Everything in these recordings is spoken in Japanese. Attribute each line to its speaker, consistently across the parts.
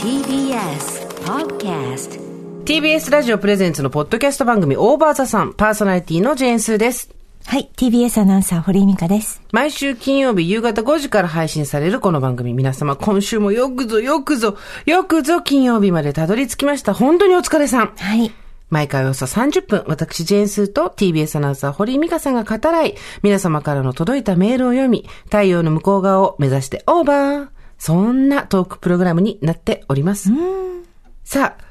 Speaker 1: TBS Podcast
Speaker 2: TBS ラジオプレゼンツのポッドキャスト番組オーバーザさんパーソナリティのジェーンスーです。
Speaker 3: はい、TBS アナウンサー、堀井美香です。
Speaker 2: 毎週金曜日夕方5時から配信されるこの番組皆様今週もよくぞよくぞよくぞ金曜日までたどり着きました。本当にお疲れさん。
Speaker 3: はい。
Speaker 2: 毎回およそ30分、私、ジェーンスーと TBS アナウンサー、堀井美香さんが語らい、皆様からの届いたメールを読み、太陽の向こう側を目指してオーバーそんなトークプログラムになっております。さあ、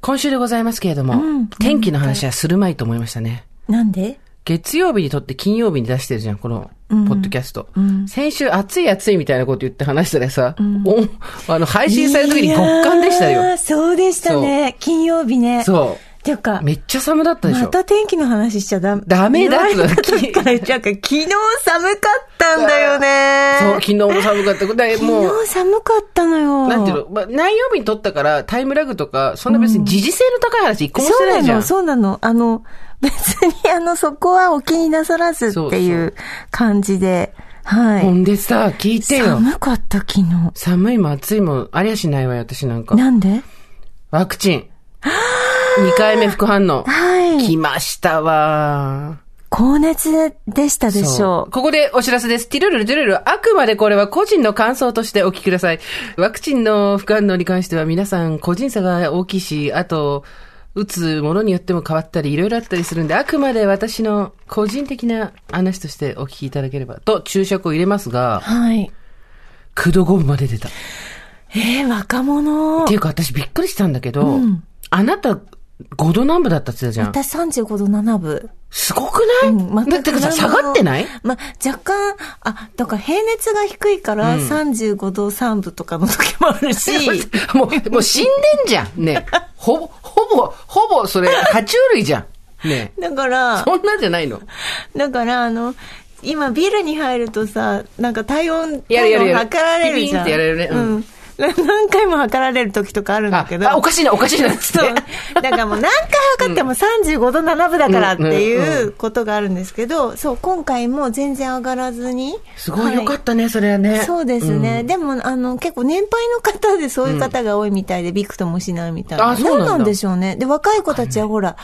Speaker 2: 今週でございますけれども、天気の話はするまいと思いましたね。
Speaker 3: なんで
Speaker 2: 月曜日にとって金曜日に出してるじゃん、この、ポッドキャスト。先週暑い暑いみたいなこと言って話したらさ、おあの、配信された時に極寒でした
Speaker 3: いや
Speaker 2: よ。
Speaker 3: ー。そうでしたね。金曜日ね。う。
Speaker 2: そ
Speaker 3: ていうか
Speaker 2: う。、めっちゃ寒だったでしょ。
Speaker 3: また天気の話しちゃダメ。
Speaker 2: ダメだ
Speaker 3: 言われた時から言っちゃうから昨日寒かったんだよね。
Speaker 2: そう、昨日も寒かった。でも
Speaker 3: 昨
Speaker 2: う、
Speaker 3: 日寒かったのよ。
Speaker 2: なんていうの、まあ、何曜日に撮ったから、タイムラグとか、そんな別に時事性の高い話一個もし
Speaker 3: そ
Speaker 2: て
Speaker 3: う
Speaker 2: ないじ
Speaker 3: な
Speaker 2: ゃ
Speaker 3: の、
Speaker 2: ん。
Speaker 3: そうなの。あの、別にあの、そこはお気になさらずっていう感じで。は
Speaker 2: ほ
Speaker 3: い。
Speaker 2: んでさ、聞いてよ。
Speaker 3: 寒かった昨日。
Speaker 2: 寒いも暑いもありゃしないわよ、私なんか。
Speaker 3: なんで
Speaker 2: ワクチン。2回目副反応。
Speaker 3: はい。
Speaker 2: 来ましたわ
Speaker 3: 高熱でしたでし
Speaker 2: そ
Speaker 3: ょ
Speaker 2: うここでお知らせです。ティルルルティルルル。あくまでこれは個人の感想としてお聞きください。ワクチンの副反応に関しては皆さん個人差が大きいし、あと、打つものによっても変わったり、いろいろあったりするんで、あくまで私の個人的な話としてお聞きいただければと注釈を入れますが、
Speaker 3: はい。
Speaker 2: クドゴムまで出た。っ
Speaker 3: えー、若者。
Speaker 2: ていうか私びっくりしたんだけど、あなた5度南部だったって言ってたじゃん。
Speaker 3: 私35度7分。
Speaker 2: すごくな
Speaker 3: う
Speaker 2: い、
Speaker 3: ん
Speaker 2: だってかさ、下がってない
Speaker 3: ま、若干、あ、だから平熱が低いから35度3分とかの時もあるし、
Speaker 2: もう、もう死んでんじゃん。ね。ほぼ、ほぼ、ほぼ、それ、爬虫類じゃん。ね。
Speaker 3: だから、
Speaker 2: そんなんじゃないの。
Speaker 3: だからあの、今ビルに入るとさ、なんか体温、
Speaker 2: やるや
Speaker 3: 体
Speaker 2: るや
Speaker 3: 温
Speaker 2: る
Speaker 3: 測られるじゃん。
Speaker 2: ピピンってやれるねう
Speaker 3: うんん。な何回も測られる時とかあるんだ
Speaker 2: あ
Speaker 3: けど。、
Speaker 2: あおかしいな、おかしいな、つっ
Speaker 3: そう
Speaker 2: て。。
Speaker 3: だからもう何回測っても35度7分だからって
Speaker 2: うんう
Speaker 3: い
Speaker 2: んう
Speaker 3: うことがあるんですけど、そう、今回も全然上がらずに。
Speaker 2: すごいよか
Speaker 3: っ
Speaker 2: ったね、それはね。
Speaker 3: そうですね。でも、あの、結構年配の方でそういう方が多いみたいで、びくともしないみたいな。
Speaker 2: あそうなんだ
Speaker 3: 何なんでしょうね。で、若い子たちはほら、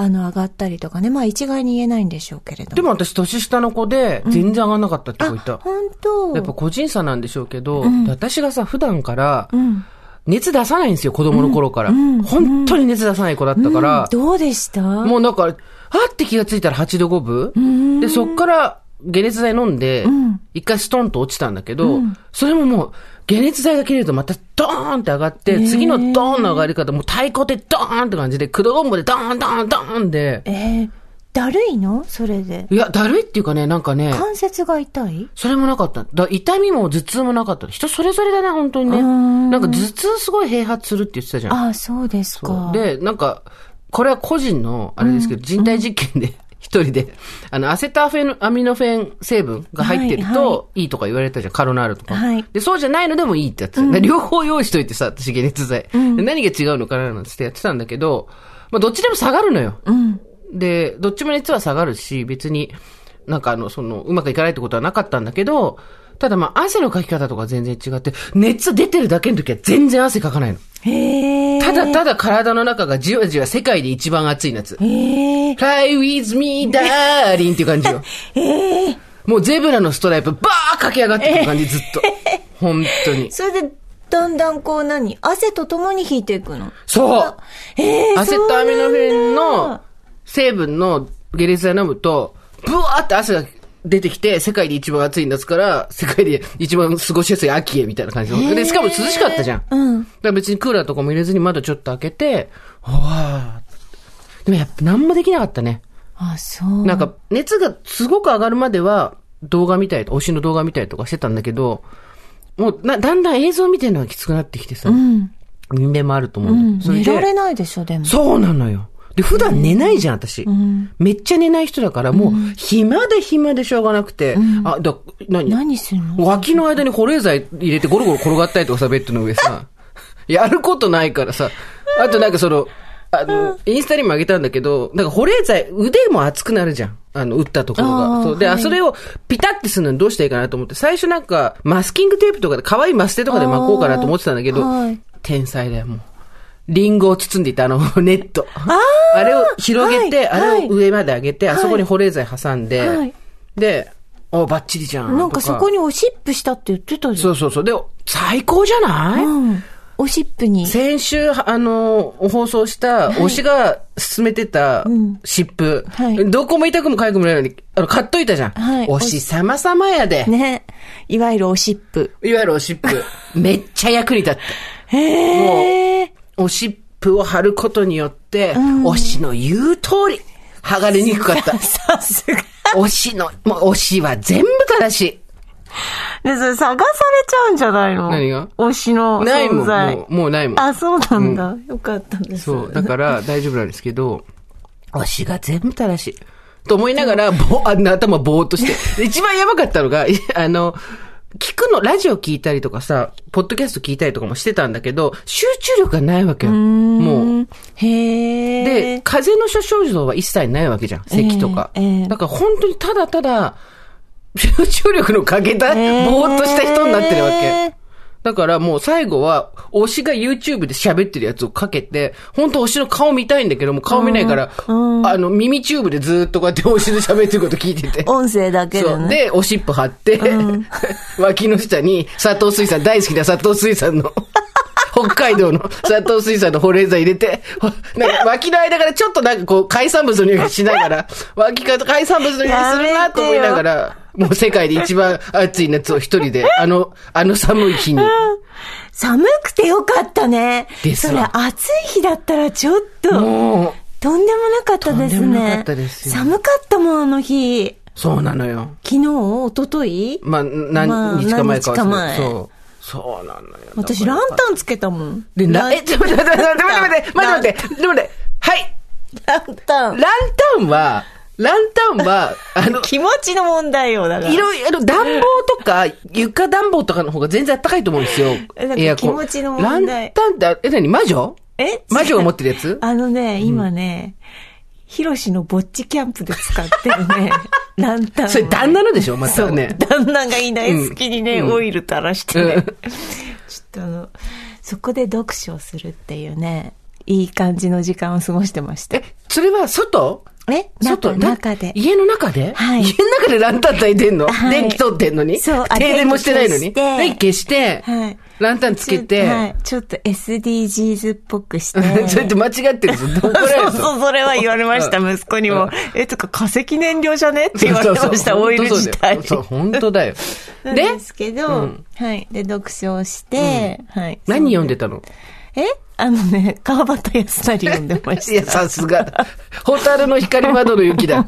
Speaker 3: あの、上がったりとかね。まあ、一概に言えないんでしょうけれども。
Speaker 2: でも私、年下の子で、全然上がんなかったって子いた。
Speaker 3: あ、本当
Speaker 2: やっぱ個人差なんでしょうけど、私がさ、普段から、熱出さないんですよ、子供の頃から。本当に熱出さない子だったから、
Speaker 3: どうでした
Speaker 2: もうなんか、あって気がついたら8度5分で、そっから解熱剤飲んで、一回ストンと落ちたんだけど、それももう、解熱剤が切れるとまたドーンって上がって、次のドーンの上がり方、もう太鼓でドーンって感じで、クドゴンボでドーンドーンドーンで、
Speaker 3: えー、だるいのそれで。
Speaker 2: いや、だるいっていうかね、なんかね、
Speaker 3: 関節が痛い
Speaker 2: それもなかった。だ痛みも頭痛もなかった。人それぞれだね、本当にね。なんか頭痛すごい併発するって言ってたじゃん。
Speaker 3: ああ、そうです
Speaker 2: そ
Speaker 3: か
Speaker 2: う。で、なんか、これは個人の、あれですけど、人体実験で、 一人で、あの、アセタフェン、アミノフェン成分が入ってる
Speaker 3: はいは
Speaker 2: と、いいとか言われたじゃん、カロナールとか。
Speaker 3: はい
Speaker 2: で、そうじゃないのでもいいってやつ。で両方用意しといてさ、私、解熱剤。で何が違うのかななんつってやってたんだけど、まあ、どっちでも下がるのよ。で、どっちも熱は下がるし、別に、なんかあの、その、うまくいかないってことはなかったんだけど、ただまあ、汗のかき方とか全然違って、熱出てるだけの時は全然汗かかないの。
Speaker 3: へえ。
Speaker 2: ただただ体の中がじわじわ世界で一番暑い夏。
Speaker 3: へえ。
Speaker 2: Fly with me, darling っていう感じ よ。もうゼブラのストライプバー駆け上がってくる感じずっ と。本当に。
Speaker 3: それで、だんだんこう何汗とともに引いていくの。
Speaker 2: そう
Speaker 3: えー、
Speaker 2: アセ
Speaker 3: そう
Speaker 2: トアミノフェン
Speaker 3: なん
Speaker 2: の
Speaker 3: だ
Speaker 2: 成分の解熱剤飲むと、ブワーって汗が出てきて、世界で一番暑いんですから、世界で一番過ごしやすい秋へみたいな感じの。で、しかも涼しかったじゃん。
Speaker 3: うん
Speaker 2: だから別にクーラーとかも入れずに窓ちょっと開けて、わーでもやっぱ何もできなかったね。
Speaker 3: あ、そう。
Speaker 2: なんか、熱がすごく上がるまでは、動画見たり、推しの動画見たりとかしてたんだけど、もうな、だんだん映像見てるのがきつくなってきてさ、年齢もあると思う
Speaker 3: うんん
Speaker 2: だ。それ
Speaker 3: 寝
Speaker 2: で
Speaker 3: られないでしょ、でも。
Speaker 2: そうなのよ。で、普段寝ないじゃん、私。めっちゃ寝ない人だから、もう、暇で暇でしょうがなくて、あ、だ、何
Speaker 3: 何するの
Speaker 2: 脇の間に保冷剤入れてゴロゴロ転がったりとかさ、ベッドの上さ。 やることないからさ。あとなんかその、あの、インスタにもあげたんだけど、なんか保冷剤、腕も熱くなるじゃん。あの、打ったところ
Speaker 3: あ
Speaker 2: が。
Speaker 3: ー
Speaker 2: そうで、あ
Speaker 3: はい
Speaker 2: それをピタってするのにどうしたらいいかなと思って、最初なんか、マスキングテープとかで、可愛いマステとかで巻こうかなと思ってたんだけど
Speaker 3: あーはい、
Speaker 2: 天才だよ、もう。リンゴを包んでいたあの、 ネット。あれを広げて、
Speaker 3: はい
Speaker 2: あれを上まで上げて、
Speaker 3: はい
Speaker 2: あそこに保冷剤挟んで、
Speaker 3: はい
Speaker 2: で、お、バッチリじゃん。
Speaker 3: なんかそこに
Speaker 2: に。
Speaker 3: おシップしたって言ってたじゃ
Speaker 2: そ
Speaker 3: ん。
Speaker 2: うそうそう。で、最高じゃない、
Speaker 3: うん。おシップに。
Speaker 2: 先週、あの、放送した、推しが勧めてた、湿布、
Speaker 3: はい
Speaker 2: どこも痛くも痒くもないのに、あの、買っといたじゃん。
Speaker 3: はい
Speaker 2: 推し様々やで。
Speaker 3: ね。いわゆるおシップ。
Speaker 2: いわゆるおしっ ぷ。めっちゃ役に立った。
Speaker 3: へえ。
Speaker 2: おしっぷを貼ることによって、推しの言う通り、剥がれにく かった。
Speaker 3: さすが。
Speaker 2: 推しの、もう推しは全部正しい。
Speaker 3: で、それ探されちゃうんじゃないの
Speaker 2: 何が
Speaker 3: 推しの存在。
Speaker 2: ないもん、もう、もうないもん。
Speaker 3: あ、そうなんだ。よかったです。
Speaker 2: そう、だから大丈夫なんですけど、推しが全部正しい。と思いながら、ぼ、 あの頭ぼーっとして。で一番やばかったのが、いあの、聞くの、ラジオ聞いたりとかさ、ポッドキャスト聞いたりとかもしてたんだけど、集中力がないわけよ。もう、
Speaker 3: うん。へえ。
Speaker 2: で、、風邪の諸症状は一切ないわけじゃん。咳とか。
Speaker 3: ええええ
Speaker 2: だから本当にただただ、集中力の欠けた、ぼーっとした人になってるわけ。。だからもう最後は、推しが YouTube で喋ってるやつをかけて、本当推しの顔見たいんだけども、顔見ないから、あの、耳チューブでずーっとこうやって推しの喋ってること聞 いてて。
Speaker 3: 音声だけ
Speaker 2: そ
Speaker 3: で
Speaker 2: う。
Speaker 3: ね。
Speaker 2: で、おしっぽ貼って、 脇の下に、砂糖水産、大好きな砂糖水産の、 北海道の砂糖水産の保冷剤入れて、 ほなんか脇の間からちょっとなんかこう、海産物の匂いがしながら、脇から海産物の匂いするなと思いながら、もう世界で一番暑い夏を一人で、あの、あの寒い日に。
Speaker 3: 寒くてよかったね。
Speaker 2: です
Speaker 3: それ
Speaker 2: わ
Speaker 3: 暑い日だったらちょっと、
Speaker 2: もう、
Speaker 3: とんでもなかったですね。
Speaker 2: とんでもなかったですよ
Speaker 3: 寒かったもん、あの日。
Speaker 2: そうなのよ。
Speaker 3: 昨日、一昨日
Speaker 2: まあ、何日か前か忘れた
Speaker 3: まあ何日か前
Speaker 2: そう。そうなのよ。
Speaker 3: 私、ランタンつけたもん。
Speaker 2: で、な、え、ちょ、待って待って待って待って待って待って待って待ってはい
Speaker 3: ランタン。
Speaker 2: ランタンは、ランタ ンは、あの、
Speaker 3: 気持ちの問題よ、だから。
Speaker 2: いろいろ、暖房とか、床暖房とかの方が全然暖かいと思うんですよ。
Speaker 3: えなんか
Speaker 2: エアコン
Speaker 3: 気持ちの問題
Speaker 2: ランタンってあ、え、何魔女
Speaker 3: え
Speaker 2: 魔女が持ってるやつ
Speaker 3: あのね、今ね、ヒロシのぼっちキャンプで使ってる ね、ランタンをね。
Speaker 2: それ旦那のでしょまたね
Speaker 3: そう旦那がいない
Speaker 2: うん
Speaker 3: 隙にね、
Speaker 2: うん
Speaker 3: オイル垂らしてね。
Speaker 2: うん
Speaker 3: ちょっとあの、そこで読書をするっていうね、いい感じの時間を過ごしてました
Speaker 2: え。、それは外
Speaker 3: え
Speaker 2: 外
Speaker 3: 外、中で。
Speaker 2: 家の中で
Speaker 3: はい
Speaker 2: 家の中でランタン焚いてんの、
Speaker 3: はい
Speaker 2: 電気取ってんのに
Speaker 3: そうあ
Speaker 2: 停電もしてないのに
Speaker 3: 電気消して
Speaker 2: 電気消して、
Speaker 3: はい
Speaker 2: ランタンつけ
Speaker 3: ちょ
Speaker 2: て、
Speaker 3: はい。ちょっと SDGs っぽくし
Speaker 2: それって
Speaker 3: て。
Speaker 2: 間違ってるぞ。怒られ
Speaker 3: そ
Speaker 2: る
Speaker 3: う
Speaker 2: ぞ
Speaker 3: そう、それは言われました、
Speaker 2: うん
Speaker 3: 息子にも。え、とか化石燃料じゃねって言われ
Speaker 2: そう
Speaker 3: ま
Speaker 2: そう
Speaker 3: し
Speaker 2: そ
Speaker 3: た、
Speaker 2: う
Speaker 3: オイル自体。
Speaker 2: そう、本当だよ。
Speaker 3: なん
Speaker 2: で
Speaker 3: ですけど、
Speaker 2: うん
Speaker 3: はい。で、読書をして、はい。
Speaker 2: 何
Speaker 3: そ
Speaker 2: 読
Speaker 3: うん
Speaker 2: でたの
Speaker 3: えあのね、 川端康成読んでま
Speaker 2: いや、
Speaker 3: した。
Speaker 2: さすが。ホタルの光窓の雪 だ。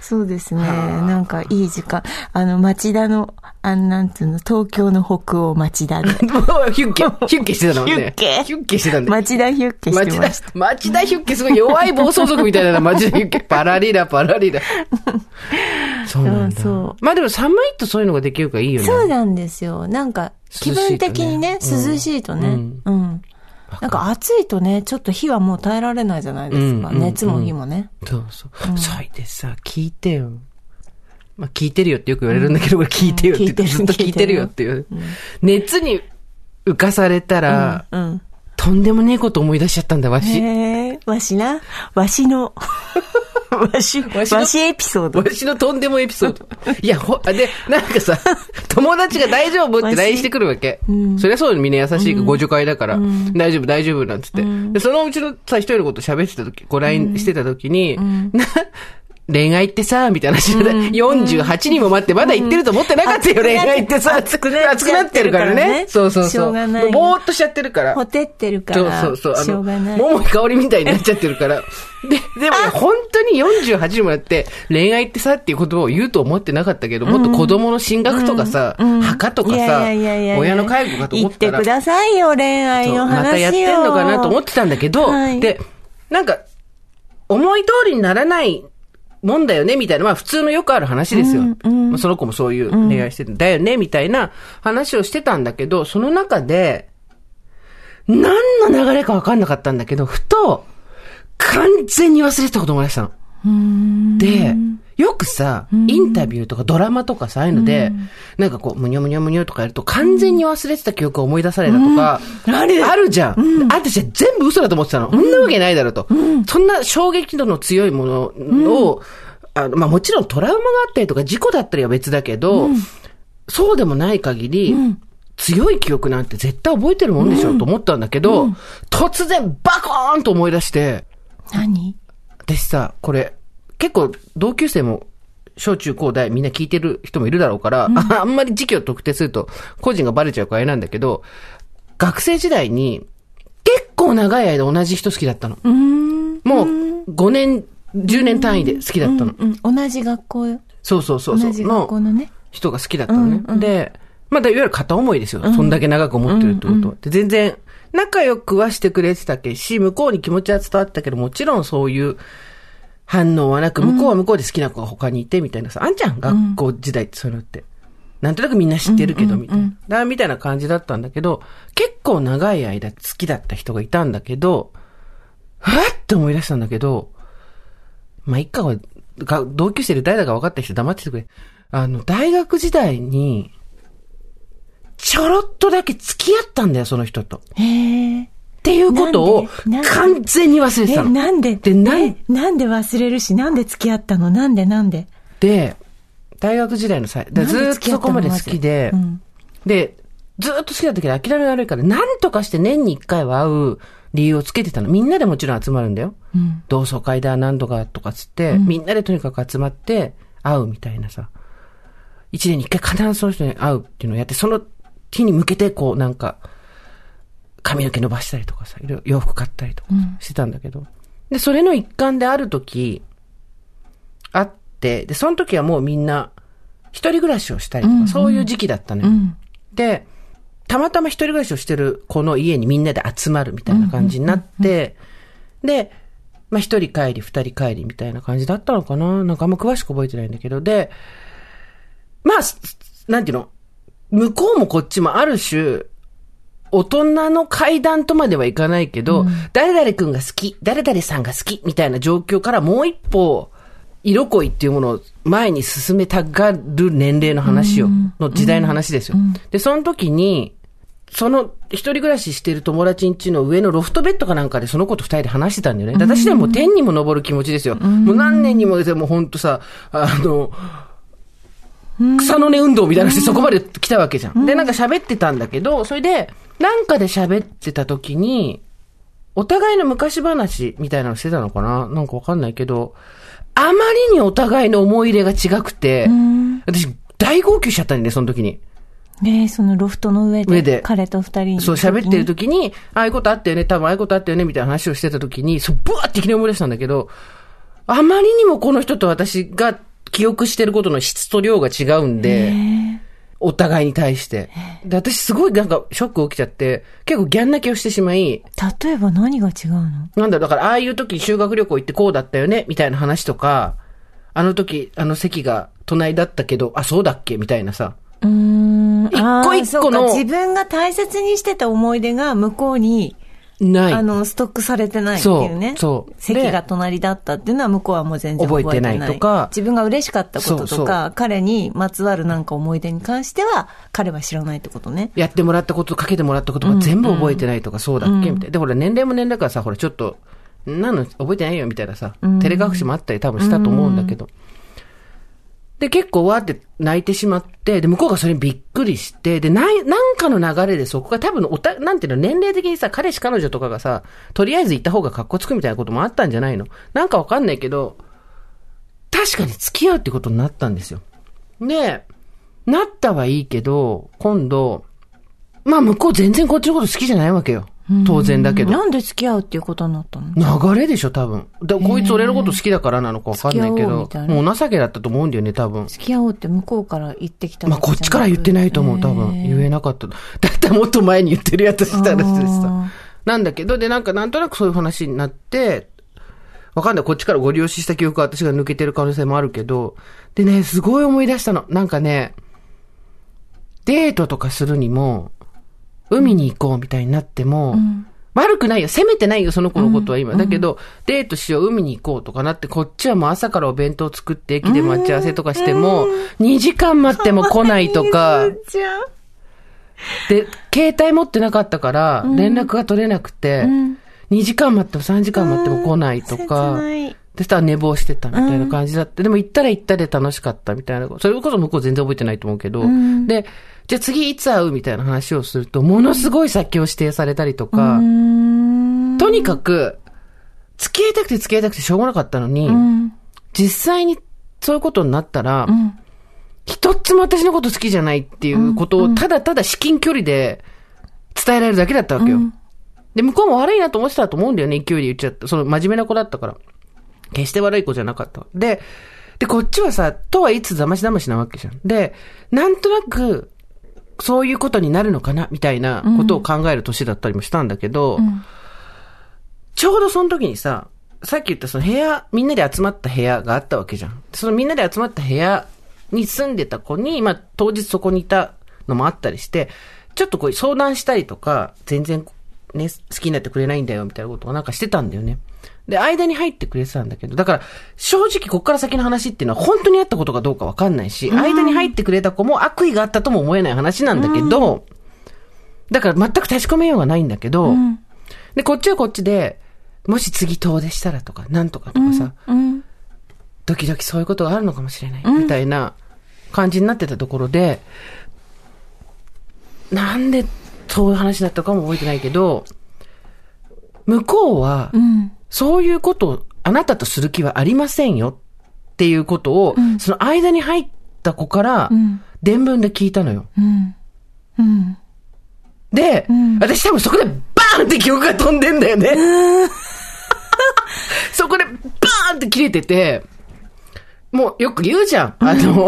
Speaker 3: そうですね。なんかいい時間。あの、町田の、あの、なんていうの、東京の北欧町 田で。
Speaker 2: もう、 ヒュッケ、ヒュッケしてたのね。
Speaker 3: ヒュッケ
Speaker 2: ヒュッケしてたんだよ。
Speaker 3: 町田ヒュッケして
Speaker 2: 町
Speaker 3: ま
Speaker 2: 田
Speaker 3: した。、
Speaker 2: 町田ヒュッケすごい弱い暴走族みたいだな、町田ヒュ ッケ。パラリラ、パラリラ。そうなん
Speaker 3: うん
Speaker 2: だ
Speaker 3: そ。
Speaker 2: まあでも寒いとそういうのができるからいいよね。
Speaker 3: そうなんですよ。なんか、気分的にね、
Speaker 2: 涼しいとね
Speaker 3: 涼しいとね。うん。なんか暑いとね、ちょっと火はもう耐えられないじゃないですか。
Speaker 2: うんうん
Speaker 3: 熱も火もね。
Speaker 2: そうそう。それでさ、聞いてよ。まあ、聞いてるよってよく言われるんだけど、これ聞いてよって言って、
Speaker 3: うん
Speaker 2: ずっと聞
Speaker 3: 聞
Speaker 2: い
Speaker 3: い
Speaker 2: て
Speaker 3: て
Speaker 2: る
Speaker 3: る
Speaker 2: よっていう。熱に浮かされたら、
Speaker 3: うん。
Speaker 2: とんでもねえこと思い出しちゃったんだ、わし。
Speaker 3: へえ、わしな、わし の、わし、
Speaker 2: わしの
Speaker 3: わしエピソード。
Speaker 2: 私のとんでもエピ ソード。いや、ほ、あで、なんかさ、友達が大丈夫って
Speaker 3: わし
Speaker 2: LINE してくるわけ。そりゃそうよみんな優しいから、ご助会だから、大丈夫、大丈夫、なんつって、で、そのうちのさ、一人のこと喋ってた時、こう LINE してた時に、な恋愛ってさ、みたいな話で、48にも待って、まだ言ってると思ってなかっ たよ、
Speaker 3: うん
Speaker 2: 恋愛ってさ。
Speaker 3: 熱くなっちゃ
Speaker 2: 熱くなってるから
Speaker 3: 熱くなっちゃってるからね
Speaker 2: ね。そうそうそう。
Speaker 3: しょうがない
Speaker 2: もうぼーっとしちゃってるから。
Speaker 3: ほてってるから、
Speaker 2: そうそうそう。
Speaker 3: しょうがない。
Speaker 2: 桃井香りみたいになっちゃってるから。 で、でもね本当に48にもなって、恋愛ってさっていう言葉を言うと思ってなかったけど、もっと子供の進学とかさ、墓とか
Speaker 3: い
Speaker 2: さ、
Speaker 3: やいやいやいや
Speaker 2: 親の介護かと思っ
Speaker 3: 言
Speaker 2: た
Speaker 3: って
Speaker 2: ら
Speaker 3: く、ださいよ、恋愛
Speaker 2: そう
Speaker 3: の話を。
Speaker 2: またやってんのかなと思ってたんだけど、
Speaker 3: はい
Speaker 2: で、なんか、思い通りにならないもんだよね、みたいな、まあ普通のよくある話ですよ。まあその子もそういう恋愛してるんだよね、みたいな話をしてたんだけど、その中で、何の流れかわかんなかったんだけど、ふと、完全に忘れてたこと思い出したの。で、よくさ、インタビューとかドラマとかさ、ああいうので、なんかこう、むにょむにょむにょとかやると完全に忘れてた記憶を思い出されたとか、あるじゃん。あ私は全部嘘だと思ってたの。そんなわけないだろうと。そんな衝撃度の強いものを、あの、まあ、もちろんトラウマがあったりとか事故だったりは別だけど、そうでもない限り、強い記憶なんて絶対覚えてるもんでしょうと思ったんだけど、突然バコーンと思い出して、
Speaker 3: 何
Speaker 2: 私さ、これ、結構同級生も、小中高大みんな聞いてる人もいるだろうから、 あんまり時期を特定すると、個人がバレちゃうからあれなんだけど、学生時代に、結構長い間同じ人好きだったの。もう、5年、10年単位で好きだったの。
Speaker 3: うん、同じ学校よ。
Speaker 2: そうそうそう
Speaker 3: 同
Speaker 2: そう。
Speaker 3: じ学校のね。
Speaker 2: 人が好きだったのね。で、まあだいわゆる片思いですよ。そんだけ長く思ってるってことは。で全然、仲良くはしてくれてたけし、向こうに気持ちは伝わってたけど、もちろんそういう反応はなく、向こうは向こうで好きな子が他にいて、みたいなさ、あんちゃん、学校時代ってそういうのって。なんとなくみんな知ってるけど、みたいな。だみたいな感じだったんだけど、結構長い間好きだった人がいたんだけど、ふわって思い出したんだけど、まあ、一家は、が同級生で誰だか分かった人黙っててくれ。あの、大学時代に、ちょろっとだけ付き合ったんだよ、その人と。っ
Speaker 3: へえ。
Speaker 2: ていうことを
Speaker 3: なんでなんで
Speaker 2: 完全に忘れて
Speaker 3: え、
Speaker 2: たの。
Speaker 3: なんで
Speaker 2: でなん
Speaker 3: えなんで忘れるし、なんで付き合ったのなんでなんで
Speaker 2: で、大学時代の際、だ
Speaker 3: なん
Speaker 2: ず
Speaker 3: で
Speaker 2: ーっ
Speaker 3: 付き
Speaker 2: と
Speaker 3: 合
Speaker 2: そ
Speaker 3: った
Speaker 2: こ
Speaker 3: の
Speaker 2: まで好きで、
Speaker 3: うん。
Speaker 2: で、ずーっと好きだったけど諦められるから、なんとかして年に一回は会う理由をつけてたの。みんなでもちろん集まるんだよ。
Speaker 3: うん。
Speaker 2: 同窓会だ、何度かとかつって、みんなでとにかく集まって、会うみたいなさ。一年に一回必ずその人に会うっていうのをやって、その日に向けて、こう、なんか、髪の毛伸ばしたりとかさ、いろいろ洋服買ったりとかしてたんだけど。で、それの一環である時、会って、で、その時はもうみんな、一人暮らしをしたりとか、そういう時期だったのよ。で、たまたま一人暮らしをしてる子の家にみんなで集まるみたいな感じになって、で、まあ一人帰り、二人帰りみたいな感じだったのかななんかあんま詳しく覚えてないんだけど、で、まあ、すなんていうの向こうもこっちもある種、大人の階段とまではいかないけど、誰々くんが好き、誰々さんが好き、みたいな状況からもう一歩、色恋っていうものを前に進めたがる年齢の話を、の時代の話ですよ。で、その時に、その、一人暮らししてる友達ん家の上のロフトベッドかなんかでその子と二人で話してたんだよね。で私でもう天にも昇る気持ちですよ。もう何年にも、もうほんとさ、あの、草の根運動みたいなしてそこまで来たわけじゃん。で、なんか喋ってたんだけど、それで、なんかで喋ってた時に、お互いの昔話みたいなのしてたのかななんかわかんないけど、あまりにお互いの思い入れが違くて、私、大号泣しちゃったんで、その時に。
Speaker 3: ねえそのロフトの上で、
Speaker 2: 上で
Speaker 3: 彼と二人に。
Speaker 2: そう、喋ってる時に、ああいうことあったよね、多分ああいうことあったよね、みたいな話をしてた時に、そう、ブワーっていきなり思い出したんだけど、あまりにもこの人と私が記憶してることの質と量が違うんで、お互いに対して。で、私すごいなんかショック起きちゃって、結構ギャン泣きをしてしまい、
Speaker 3: 例えば何が違うの
Speaker 2: なんだろう、だからああいう時修学旅行行ってこうだったよね、みたいな話とか、あの時、あの席が隣だったけど、あ、そうだっけみたいなさ。
Speaker 3: うーん。一
Speaker 2: 個一個の
Speaker 3: 自分が大切にしてた思い出が向こうに、
Speaker 2: ない。
Speaker 3: あの、ストックされてないっていうね。
Speaker 2: そうそう
Speaker 3: 席が隣だったっていうのは向こうはもう全然覚えてない。
Speaker 2: 覚えてないとか
Speaker 3: 自分が嬉しかったこととか、
Speaker 2: そうそう
Speaker 3: 彼にまつわるなんか思い出に関しては、彼は知らないってことね。
Speaker 2: やってもらったこと、かけてもらったことが全部覚えてないとか、そうだっけ、みたいな。で、ほら、年齢も年齢だからさ、ほら、ちょっと、んなの覚えてないよ、みたいなさ、照れ隠しもあったり多分したと思うんだけど。で、結構わーって泣いてしまって、で、向こうがそれにびっくりして、で、ない、なんかの流れでそこが多分おた、なんていうの、年齢的にさ、彼氏彼女とかがさ、とりあえず行った方が格好つくみたいなこともあったんじゃないのなんかわかんないけど、確かに付き合うってことになったんですよ。で、なったはいいけど、今度、まあ向こう全然こっちのこと好きじゃないわけよ。当然だけど。
Speaker 3: なんで付き合うっていうことになったの
Speaker 2: 流れでしょ、多分。だこいつ俺のこと好きだからなのかわかんないけ
Speaker 3: 付き合おう
Speaker 2: ど
Speaker 3: みたい、な
Speaker 2: もうお情けだったと思うんだよね、多分。
Speaker 3: 付き合おうって向こうから言ってきた
Speaker 2: まあこっちから言ってないと思う、多分。言えなかった。だったらもっと前に言ってるやつ した話で
Speaker 3: あ
Speaker 2: さ。なんだけど、で、なんかなんとなくそういう話になって、わかんない。こっちからご利用しした記憶は私が抜けてる可能性もあるけど、でね、すごい思い出したの。なんかね、デートとかするにも、海に行こうみたいになっても、悪くないよ。責めてないよ、その子のことは今。だけど、デートしよう、海に行こうとかなって、こっちはもう朝からお弁当作って、駅で待ち合わせとかしても、2時間待っても来ないとか、
Speaker 3: じゃん。
Speaker 2: で、携帯持ってなかったから、連絡が取れなくて、2時間待っても3時間待っても来ないとか、
Speaker 3: 切ない
Speaker 2: で、したら寝坊してたみたいな感じだって、でも行ったら行ったで楽しかったみたいな。それこそ向こう全然覚えてないと思うけど、で、じゃあ次いつ会うみたいな話をすると、ものすごい先を指定されたりとか、とにかく、付き合いたくて付き合いたくてしょうがなかったのに、実際にそういうことになったら、一つも私のこと好きじゃないっていうことを、ただただ至近距離で伝えられるだけだったわけよ。で、向こうも悪いなと思ってたと思うんだよね、勢いで言っちゃって。その真面目な子だったから。決して悪い子じゃなかった。で、で、こっちはさ、とはいつざましだましなわけじゃん。で、なんとなく、そういうことになるのかな、みたいなことを考える年だったりもしたんだけど、ちょうどその時にさ、さっき言ったその部屋、みんなで集まった部屋があったわけじゃん。そのみんなで集まった部屋に住んでた子に、まあ当日そこにいたのもあったりして、ちょっとこう相談したりとか、全然ね、好きになってくれないんだよみたいなことをなんかしてたんだよね。で、間に入ってくれてたんだけど、だから正直こっから先の話っていうのは本当にあったことかどうかわかんないし、間に入ってくれた子も悪意があったとも思えない話なんだけど、だから全く確かめようがないんだけど、で、こっちはこっちで、もし次遠出したらとか、なんとかとかさ、ドキドキそういうことがあるのかもしれない、みたいな感じになってたところで、なんでそういう話だったかも覚えてないけど、向こうは、そういうことをあなたとする気はありませんよっていうことを、その間に入った子から、伝聞で聞いたのよ。で、私多分そこでバーンって記憶が飛んでんだよね。 そこでバーンって切れてて、もうよく言うじゃん。あの、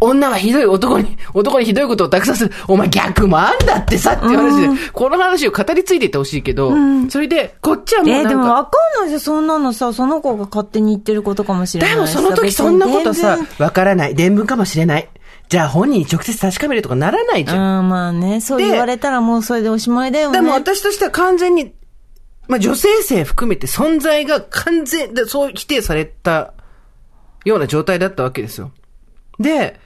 Speaker 2: お、女はひどい男に、男にひどいことをたくさんする。お前逆もあんだってさっていう話で、この話を語り継いでいってほしいけど、それで、こっちはもう
Speaker 3: え
Speaker 2: なん
Speaker 3: ー
Speaker 2: か、
Speaker 3: でもわかんないじゃん、そんなのさ、その子が勝手に言ってることかもしれない
Speaker 2: で
Speaker 3: し
Speaker 2: もその時そんなことさ、わからない。伝聞かもしれない。じゃあ本人に直接確かめるとかならないじ
Speaker 3: うん、
Speaker 2: ゃん。
Speaker 3: まあね、そう
Speaker 2: で
Speaker 3: 言われたらもうそれでおしまいだよね。
Speaker 2: でも私としては完全に、まあ女性性含めて存在が完全で、そう否定されたような状態だったわけですよ。で、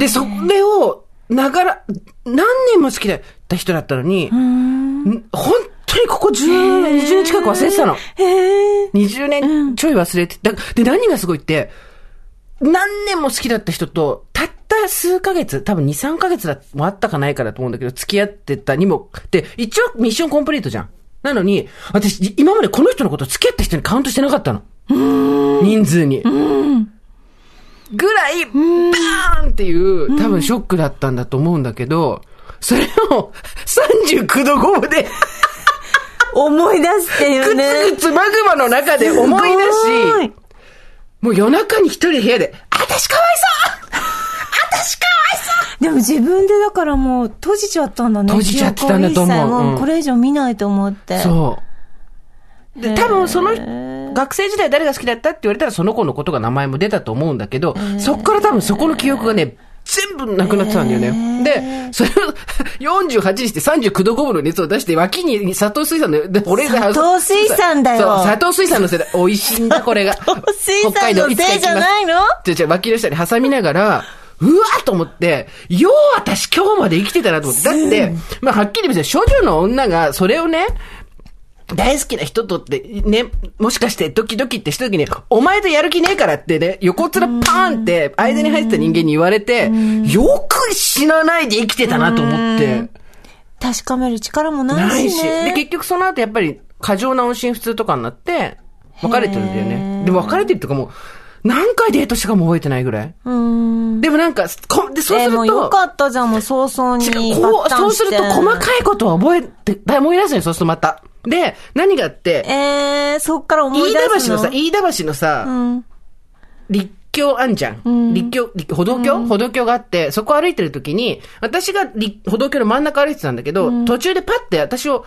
Speaker 2: で、それを、ながら、何年も好きだった人だったのに、ん本当にここ10年、20年近く忘れてたの。20年ちょい忘れて、だで、何がすごいって、何年も好きだった人と、たった数ヶ月、多分2、3ヶ月だもあったかないかだと思うんだけど、付き合ってたにも、で、一応ミッションコンプリートじゃん。なのに、私、今までこの人のこと付き合った人にカウントしてなかったの。人数に。ぐらい、バーンっていう、多分ショックだったんだと思うんだけど、それを39度5分で、
Speaker 3: 思い出して
Speaker 2: ぐ
Speaker 3: るね。
Speaker 2: つぐつマグマの中で思い
Speaker 3: すご
Speaker 2: 出し
Speaker 3: い、
Speaker 2: もう夜中に一人部屋で、私かわいそう
Speaker 3: でも自分でだからもう閉じちゃったんだね。
Speaker 2: 閉じちゃってたんだと思う
Speaker 3: 記憶を一切も
Speaker 2: うん
Speaker 3: これ以上見ないと思って。
Speaker 2: そう。で、多分その、学生時代誰が好きだったって言われたらその子のことが名前も出たと思うんだけど、そっから多分そこの記憶がね、全部なくなってたんだよね。で、それを48にして39度5分の熱を出して、脇に砂糖水産の、で俺が。
Speaker 3: 砂糖水産だよ
Speaker 2: そう、砂糖水産のせいで、美味しいんだ、こ れが。
Speaker 3: 砂糖水産のせいじゃないの
Speaker 2: じゃじゃ脇の下に挟みながら、うわーと思って、よう私今日まで生きてたなと思って。だって、まあはっきり見せて、処女の女がそれをね、大好きな人とって、ね、もしかしてドキドキってした時に、お前とやる気ねえからってね、横面パーンって間に入ってた人間に言われて、よく死なないで生きてたなと思って。
Speaker 3: 確かめる力もな
Speaker 2: ない
Speaker 3: いし
Speaker 2: し。で、
Speaker 3: ね。
Speaker 2: 結局その後やっぱり過剰な音信不通とかになって、別れてるんだよね。で、別れてるとかもう、何回デートしたかも覚えてないぐらい。
Speaker 3: うーん。
Speaker 2: でもなんか、こでそうす
Speaker 3: で
Speaker 2: ると、
Speaker 3: もよかったじゃん、もう早々に
Speaker 2: 違う
Speaker 3: バ
Speaker 2: こ
Speaker 3: ッ
Speaker 2: う、
Speaker 3: タ
Speaker 2: そ
Speaker 3: ン
Speaker 2: う
Speaker 3: して。
Speaker 2: すると細かいことは覚えて、思い出すのよ、そうするとまた。で、何があって、
Speaker 3: えー、そっから思い
Speaker 2: 飯
Speaker 3: 出
Speaker 2: 田
Speaker 3: す
Speaker 2: 橋
Speaker 3: の
Speaker 2: のさ、飯田橋のさ、
Speaker 3: ん
Speaker 2: 立教あんじゃん。立教、立歩道橋、歩道橋があって、そこ歩いてる時に、私が立歩道橋の真ん中歩いてたんだけど、途中でパッて私を、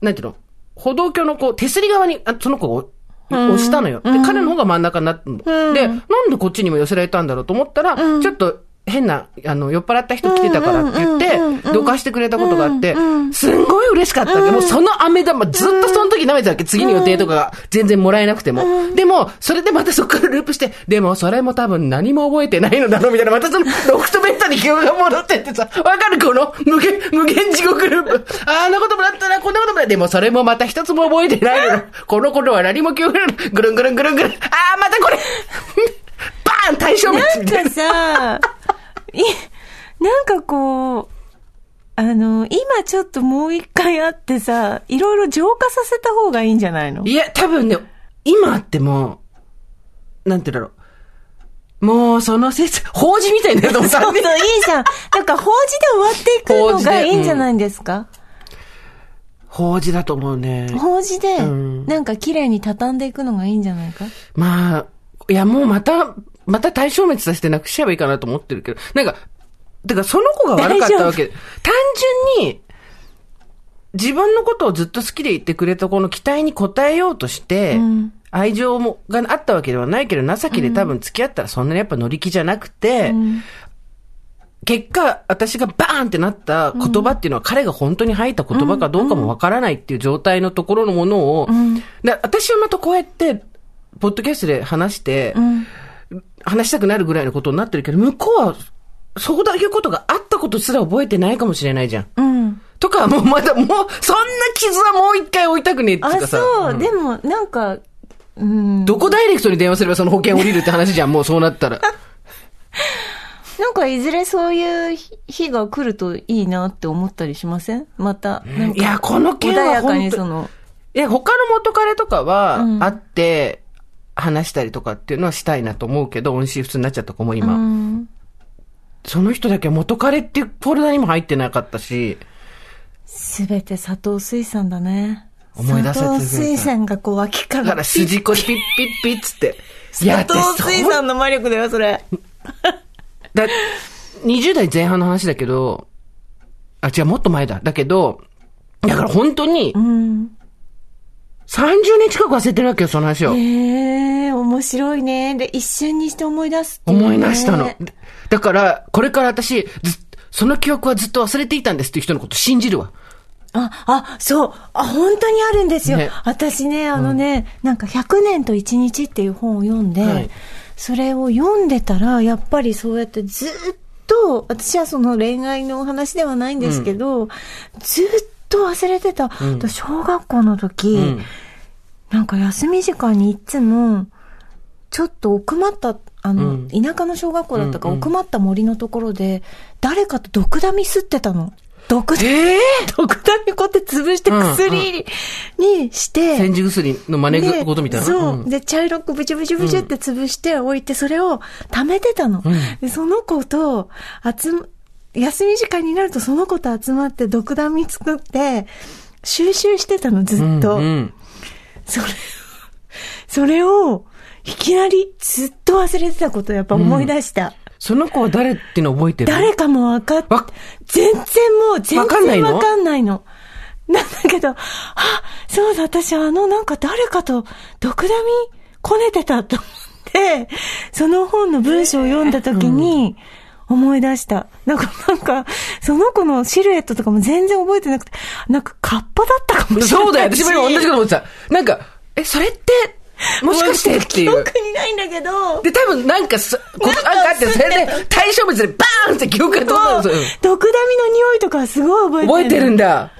Speaker 2: なんていうの、歩道橋のこう、手すり側に、あその子を、押したのよ。で、彼の方が真ん中になったの。で、なんでこっちにも寄せられたんだろうと思ったら、ちょっと、変な、あの、酔っ払った人来てたからって言って、どかしてくれたことがあって、すんごい嬉しかったわけ。もうその飴玉ずっとその時舐めてたわけ。次の予定とかが全然もらえなくても。でも、それでまたそこからループして、でもそれも多分何も覚えてないのだろうみたいな、またその、ロフトベッドに記憶が戻ってってさ、わかるこの無限、無限地獄ループ。あんなこともらったな、こんなこともらった。でもそれもまた一つも覚えてないのだ。この頃は何も記憶がない。ぐるんぐるんぐるんぐるん。あー、またこれ。バーン対象物
Speaker 3: なん
Speaker 2: みたいな
Speaker 3: か。 さ、い、なんかこう、あの、今ちょっともう一回会ってさ、いろいろ浄化させた方がいいんじゃないの
Speaker 2: いや、多分ね、今あっても、なんて言うんだろう。もう、その説、法事みたいになると思っ
Speaker 3: そう
Speaker 2: た
Speaker 3: そう、いいじゃん。なんか法事で終わっていくのがいいんじゃないんですか
Speaker 2: 法事だと思うね。
Speaker 3: 法事で、
Speaker 2: ん
Speaker 3: なんか綺麗に畳んでいくのがいいんじゃないか
Speaker 2: まあ、いや、もうまた、また対消滅させてなくしちゃえばいいかなと思ってるけど、なんか、てか、その子が悪かったわけで、単純に、自分のことをずっと好きでいてくれた子の期待に応えようとして、
Speaker 3: ん
Speaker 2: 愛情も、があったわけではないけど、情けで多分付き合ったらそんなにやっぱ乗り気じゃなくて、結果、私がバーンってなった言葉っていうのは、彼が本当に吐いた言葉かどうかもわからないっていう状態のところのものを、で私はまたこうやって、ポッドキャストで話して、話したくなるぐらいのことになってるけど、向こうは、そうだいうことがあったことすら覚えてないかもしれないじゃん。
Speaker 3: うん。
Speaker 2: とか、もうまだ、もう、そんな傷はもう一回置いたくねえっていう
Speaker 3: あ、
Speaker 2: かさ。
Speaker 3: そう、
Speaker 2: ん
Speaker 3: でも、なんか、うん。
Speaker 2: どこダイレクトに電話すればその保険降りるって話じゃん、もうそうなったら。
Speaker 3: なんかいずれそういう日日が来るといいなって思ったりしませんまた。 なんか
Speaker 2: いやこの件は
Speaker 3: 穏やか
Speaker 2: 本
Speaker 3: に
Speaker 2: 当
Speaker 3: その、
Speaker 2: え、他の元彼とかは
Speaker 3: う、ん
Speaker 2: 会って、話したりとかっていうのはしたいなと思うけど、音信不通になっちゃった子も
Speaker 3: う
Speaker 2: 今。
Speaker 3: ん。
Speaker 2: その人だけ元彼っていうフォルダにも入ってなかったし、
Speaker 3: すべて佐藤水産だね。
Speaker 2: 思い出せ
Speaker 3: 佐藤水
Speaker 2: だ
Speaker 3: 産がこう脇か
Speaker 2: から
Speaker 3: ら。
Speaker 2: 筋子ピッピッピッ つって。やって
Speaker 3: 佐藤水
Speaker 2: そう。
Speaker 3: 産の魔力だよ、それ。
Speaker 2: だ、20代前半の話だけど、あ、違う、もっと前だ。だけど、だから本当に、
Speaker 3: うん。
Speaker 2: 30年近く忘れてるわけよ、その話を。
Speaker 3: へえ、面白いね。で、一瞬にして思い出すってうね
Speaker 2: 思い出したの。だから、これから私、ずその記憶はずっと忘れていたんですっていう人のこと信じるわ。
Speaker 3: あ、あ、そう。あ、本当にあるんですよ。
Speaker 2: ね
Speaker 3: 私ね、あのね、なんか100年と1日っていう本を読んで、
Speaker 2: はい
Speaker 3: それを読んでたら、やっぱりそうやってずっと、私はその恋愛のお話ではないんですけど、ずっと忘れてた。あと小学校の時、
Speaker 2: うん。
Speaker 3: なんか休み時間にいつも、ちょっと奥まった、あの、
Speaker 2: うん
Speaker 3: 田舎の小学校だったか、
Speaker 2: うんうん
Speaker 3: 奥まった森のところで、誰かと毒ダミ吸ってたの。毒 ダミ
Speaker 2: ええ
Speaker 3: 毒ダミこうやって潰して薬にして、
Speaker 2: 戦時薬の真似事みたいな。
Speaker 3: でそう、
Speaker 2: ん
Speaker 3: で、茶色くブチブチブチって潰しておいて、それを溜めてたの。で、その子と、集ま、休み時間になるとその子と集まって毒ダミ作って、収集してたの、ずっと。
Speaker 2: うんうん
Speaker 3: それを、それを、いきなりずっと忘れてたことやっぱ思い出した。
Speaker 2: その子は誰っていうの覚えてる
Speaker 3: 誰かもわかっ
Speaker 2: わ
Speaker 3: 全然もう、全
Speaker 2: わかんない
Speaker 3: 然
Speaker 2: の
Speaker 3: わかんないの。なんだけど、あ、そうだ、私あの、なんか誰かと、毒ダミこねてたと思って、その本の文章を読んだ時に、思い出した。なんか、なんか、その子のシルエットとかも全然覚えてなくて、なんか、カッパだったかもしれないし。
Speaker 2: そうだよ。私も今同じこと思ってた。なんか、え、それって、もしかしてってい
Speaker 3: 記
Speaker 2: う。
Speaker 3: 憶にないんだけど、
Speaker 2: で、多分なんかそ、こと
Speaker 3: なんか
Speaker 2: なんかあって、それで対象物でバーンって記憶が飛んだ
Speaker 3: そ
Speaker 2: の
Speaker 3: う
Speaker 2: うん
Speaker 3: 毒ダミの匂いとかはすごい覚えてる。
Speaker 2: 覚えてるんだ。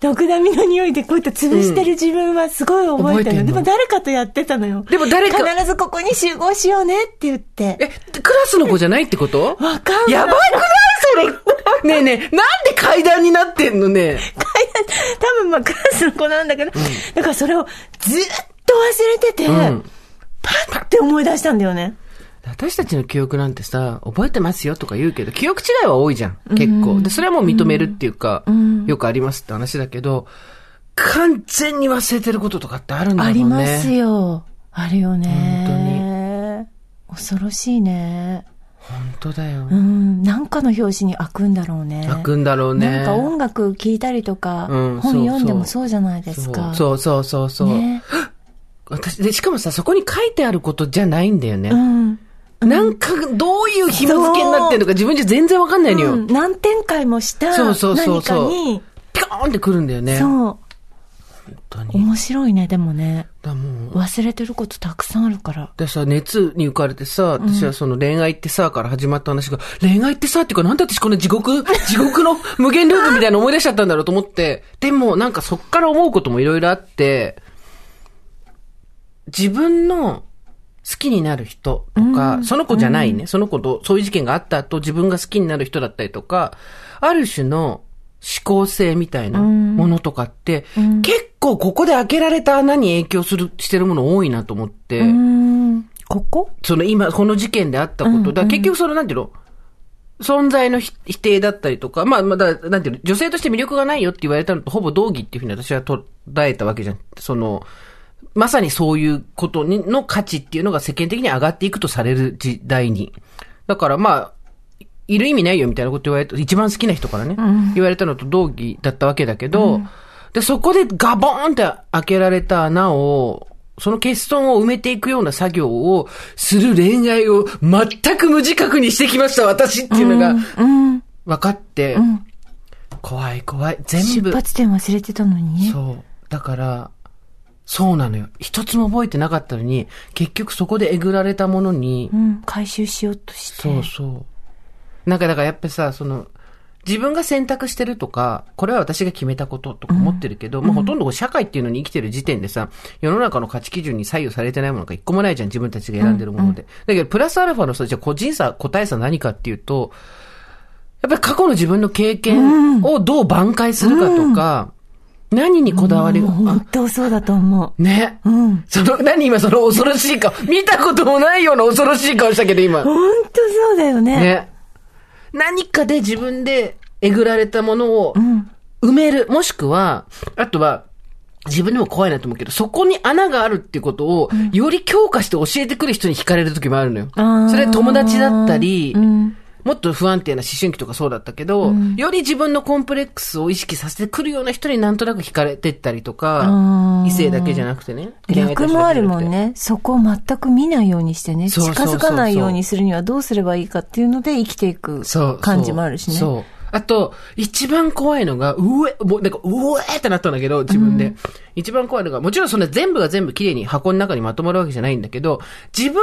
Speaker 3: 毒ダミの匂いでこうやって潰してる自分はすごい覚えてるの。
Speaker 2: うん覚えてん
Speaker 3: で
Speaker 2: の
Speaker 3: も誰かとやってたのよ。
Speaker 2: でも誰か
Speaker 3: 必ずここに集合しようねって言って。
Speaker 2: え、クラスの子じゃないってこと
Speaker 3: わかんない。
Speaker 2: やばいくないそれ。ねえねえ、なんで階段になってんのね。
Speaker 3: 多分まあクラスの子なんだけど、だからそれをずっと忘れてて、
Speaker 2: ん
Speaker 3: パッて思い出したんだよね。
Speaker 2: 私たちの記憶なんてさ、覚えてますよとか言うけど、記憶違いは多いじゃん。結構。で、それはもう認めるっていうか、よくありますって話だけど、完全に忘れてることとかってあるんだ
Speaker 3: あ
Speaker 2: ろうね。
Speaker 3: りますよ。あるよ
Speaker 2: ね
Speaker 3: ね。本当に。恐ろしいね。
Speaker 2: 本当だよ
Speaker 3: う。ん。なんかの表紙に開くんだろうね。
Speaker 2: 泣くんだろうね。
Speaker 3: なんか音楽聴いたりとか、
Speaker 2: うん
Speaker 3: 本
Speaker 2: そう
Speaker 3: 読んでも
Speaker 2: そ
Speaker 3: そうじゃないですか。
Speaker 2: そうそうそうそうそう、
Speaker 3: ね。
Speaker 2: 私、で、しかもさ、そこに書いてあることじゃないんだよね。
Speaker 3: うん。
Speaker 2: なんか、どういう紐付けになってんのか自分じゃ全然わかんないのよ。
Speaker 3: うん何展開もした
Speaker 2: そう
Speaker 3: 何
Speaker 2: そうそう
Speaker 3: か
Speaker 2: そう
Speaker 3: に、
Speaker 2: ピコーンってくるんだよね。本
Speaker 3: そう、
Speaker 2: 当に。
Speaker 3: 面白いね、でもね。
Speaker 2: だもう。
Speaker 3: 忘れてることたくさんあるから。
Speaker 2: でさ、熱に浮かれてさ、私はその恋愛ってさ、から始まった話が、恋愛ってさ、っていうか、なんで私こんな地獄、 地獄の無限ループみたいなの思い出しちゃったんだろうと思って、でもなんかそっから思うこともいろいろあって、自分の好きになる人とか、その子じゃないね、その子と、そういう事件があった後、自分が好きになる人だったりとか、ある種の思考性みたいなものとかって、結構ここで開けられた穴に影響する、してるもの多いなと思って、
Speaker 3: うーん。ここ
Speaker 2: その今、この事件であったこと。だから結局その、なんていうの存在のひ否定だったりとか、まあ、まあだ、なんていうの女性として魅力がないよって言われたのとほぼ同義っていうふうに私は捉えたわけじゃん。その、まさにそういうことにの価値っていうのが世間的に上がっていくとされる時代に。だからまあ、いる意味ないよみたいなこと言われた、一番好きな人からね、言われたのと同義だったわけだけど、で、そこでガボーンって開けられた穴を、その欠損を埋めていくような作業をする恋愛を全く無自覚にしてきました、私っていうのが
Speaker 3: うん。
Speaker 2: 分かって、怖い怖い、全
Speaker 3: 出
Speaker 2: 部。
Speaker 3: 発点忘れてたのにね。
Speaker 2: そう。だから、そうなのよ。一つも覚えてなかったのに、結局そこでえぐられたものに、
Speaker 3: うん。回収しようとして。
Speaker 2: そうそう。なんかだからやっぱりさ、その、自分が選択してるとか、これは私が決めたこととか思ってるけど、まあほとんどこう社会っていうのに生きてる時点でさ、世の中の価値基準に左右されてないものなんか一個もないじゃん、自分たちが選んでるもので。だけど、プラスアルファのさ、じゃあ個人差、個体差何かっていうと、やっぱり過去の自分の経験をどう挽回するかとか、何にこだわりが、
Speaker 3: もう
Speaker 2: あ
Speaker 3: 本当そうだと思
Speaker 2: ね。
Speaker 3: う。うん。
Speaker 2: その、何今その恐ろしい顔、見たこともないような恐ろしい顔したけど今。
Speaker 3: 本当そうだよね。
Speaker 2: ね。何かで自分でえぐられたものを埋める。もしくは、あとは、自分でも怖いなと思うけど、そこに穴があるっていうことを、より強化して教えてくる人に惹かれる時もあるのよ。
Speaker 3: あー
Speaker 2: それ友達だったり、
Speaker 3: うん。
Speaker 2: もっと不安定な思春期とかそうだったけど、より自分のコンプレックスを意識させてくるような人になんとなく惹かれてったりとか
Speaker 3: あ、ー
Speaker 2: 異性だけじゃなくてね。恋愛対
Speaker 3: 逆
Speaker 2: 象
Speaker 3: もあ
Speaker 2: だ
Speaker 3: る
Speaker 2: けじゃな
Speaker 3: も
Speaker 2: くて
Speaker 3: ん。ね。そこを全く見ないようにしてね。
Speaker 2: そうそうそうそう
Speaker 3: 近づかないようにするにはどうすればいいかっていうので生きていく
Speaker 2: そう。
Speaker 3: 感じもあるしね。
Speaker 2: そう。あと、一番怖いのが、うえ、もうなんか、うえってなったんだけど、自分で。一番怖いのが、もちろんそんな全部が全部綺麗に箱の中にまとまるわけじゃないんだけど、自分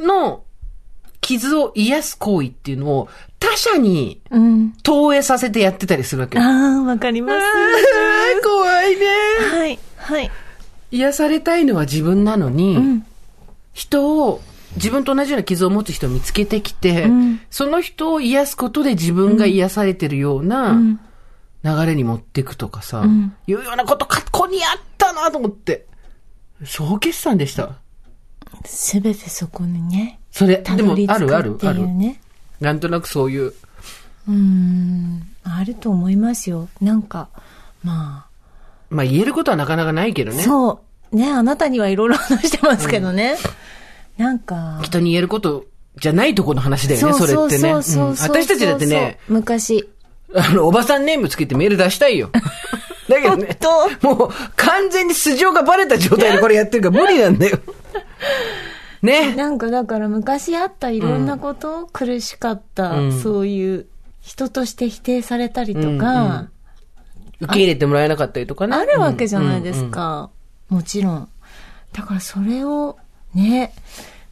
Speaker 2: の傷を癒す行為っていうのを他者に
Speaker 3: うん。
Speaker 2: 投影させてやってたりするわけ。
Speaker 3: ああ、わかります。
Speaker 2: あー怖いね。
Speaker 3: はい、はい。
Speaker 2: 癒されたいのは自分なのに、
Speaker 3: ん
Speaker 2: 人を、自分と同じような傷を持つ人を見つけてきて、
Speaker 3: ん
Speaker 2: その人を癒すことで自分が癒されてるような流れに持っていくとかさ、いうようなこと過去にあったなと思って、総決算でした。
Speaker 3: すべてそこにね、
Speaker 2: それ、
Speaker 3: た
Speaker 2: で
Speaker 3: ど
Speaker 2: も
Speaker 3: り
Speaker 2: あ
Speaker 3: 着
Speaker 2: るあ
Speaker 3: く
Speaker 2: る
Speaker 3: って
Speaker 2: あ
Speaker 3: い
Speaker 2: る
Speaker 3: う。ね。
Speaker 2: なんとなくそういう、
Speaker 3: うーん、あると思いますよ。なんか、ま
Speaker 2: まあ言えることはなかなかないけど
Speaker 3: あ、
Speaker 2: ね。
Speaker 3: そう。ね、あなたにはいろいろ話してますけどね。なんか、
Speaker 2: 人に言えることじゃないとこの話だよね、
Speaker 3: う
Speaker 2: それ
Speaker 3: う
Speaker 2: ってね。
Speaker 3: う
Speaker 2: う
Speaker 3: うそうん
Speaker 2: 私たちだってね、、
Speaker 3: 昔。
Speaker 2: あの、おばさんネームつけてメール出した いよ。だけどね。
Speaker 3: 本
Speaker 2: もう、完全に素性がバレた状態でこれやってるから無理な んだよ。ね。
Speaker 3: なんかだから昔あったいろんなこと、苦しかった、
Speaker 2: うん
Speaker 3: そういう、人として否定されたりとか、
Speaker 2: うんうん受け入れてもらえなかったりとかね。
Speaker 3: あるわけじゃないですか。もちろん。だからそれを、ね、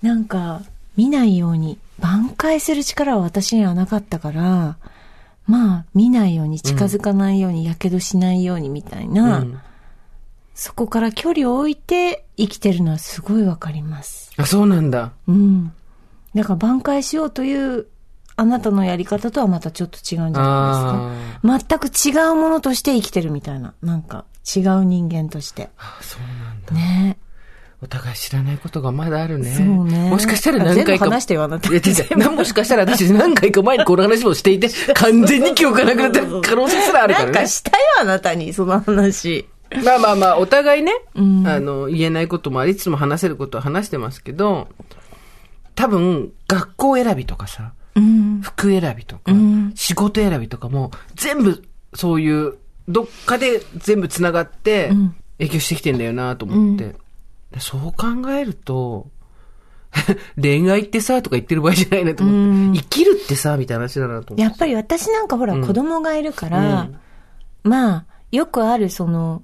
Speaker 3: なんか、見ないように、挽回する力は私にはなかったから、まあ、見ないように、近づかないように、やけどしないようにみたい
Speaker 2: うん。う
Speaker 3: な、
Speaker 2: ん
Speaker 3: そこから距離を置いて生きてるのはすごいわかります。
Speaker 2: あ、そうなんだ。
Speaker 3: うん。だから挽回しようという、あなたのやり方とはまたちょっと違うんじゃないですか。全
Speaker 2: あ
Speaker 3: く違うものとして生きてるみたいな。なんか、違う人間として。
Speaker 2: あ。そうなんだ。
Speaker 3: ね
Speaker 2: お互い知らないことがまだあるね。
Speaker 3: そうね。
Speaker 2: もしかしたら何回
Speaker 3: 全部
Speaker 2: か。
Speaker 3: 話してよ、あなた。
Speaker 2: いや違う違うもしかしたら私何回か前にこの話もして いて、完全に記憶がなくなってる可能性すらあるか
Speaker 3: なん
Speaker 2: ら
Speaker 3: か
Speaker 2: ね。
Speaker 3: したよ、あなたに、その話。
Speaker 2: まあまあまあ、お互いね、あの、言えないこともありつつも話せることは話してますけど、多分、学校選びとかさ、
Speaker 3: うん。
Speaker 2: 服選びとか、
Speaker 3: ん
Speaker 2: 仕事選びとかも、全部、そういう、どっかで全部繋がって、影響してきてんだよなと思って。でそう考えると、 恋愛ってさ、とか言ってる場合じゃないなと思って、生きるってさ、みたいな話だなと思って。
Speaker 3: やっぱり私なんかほら、子供がいるから、まあ、よくあるその、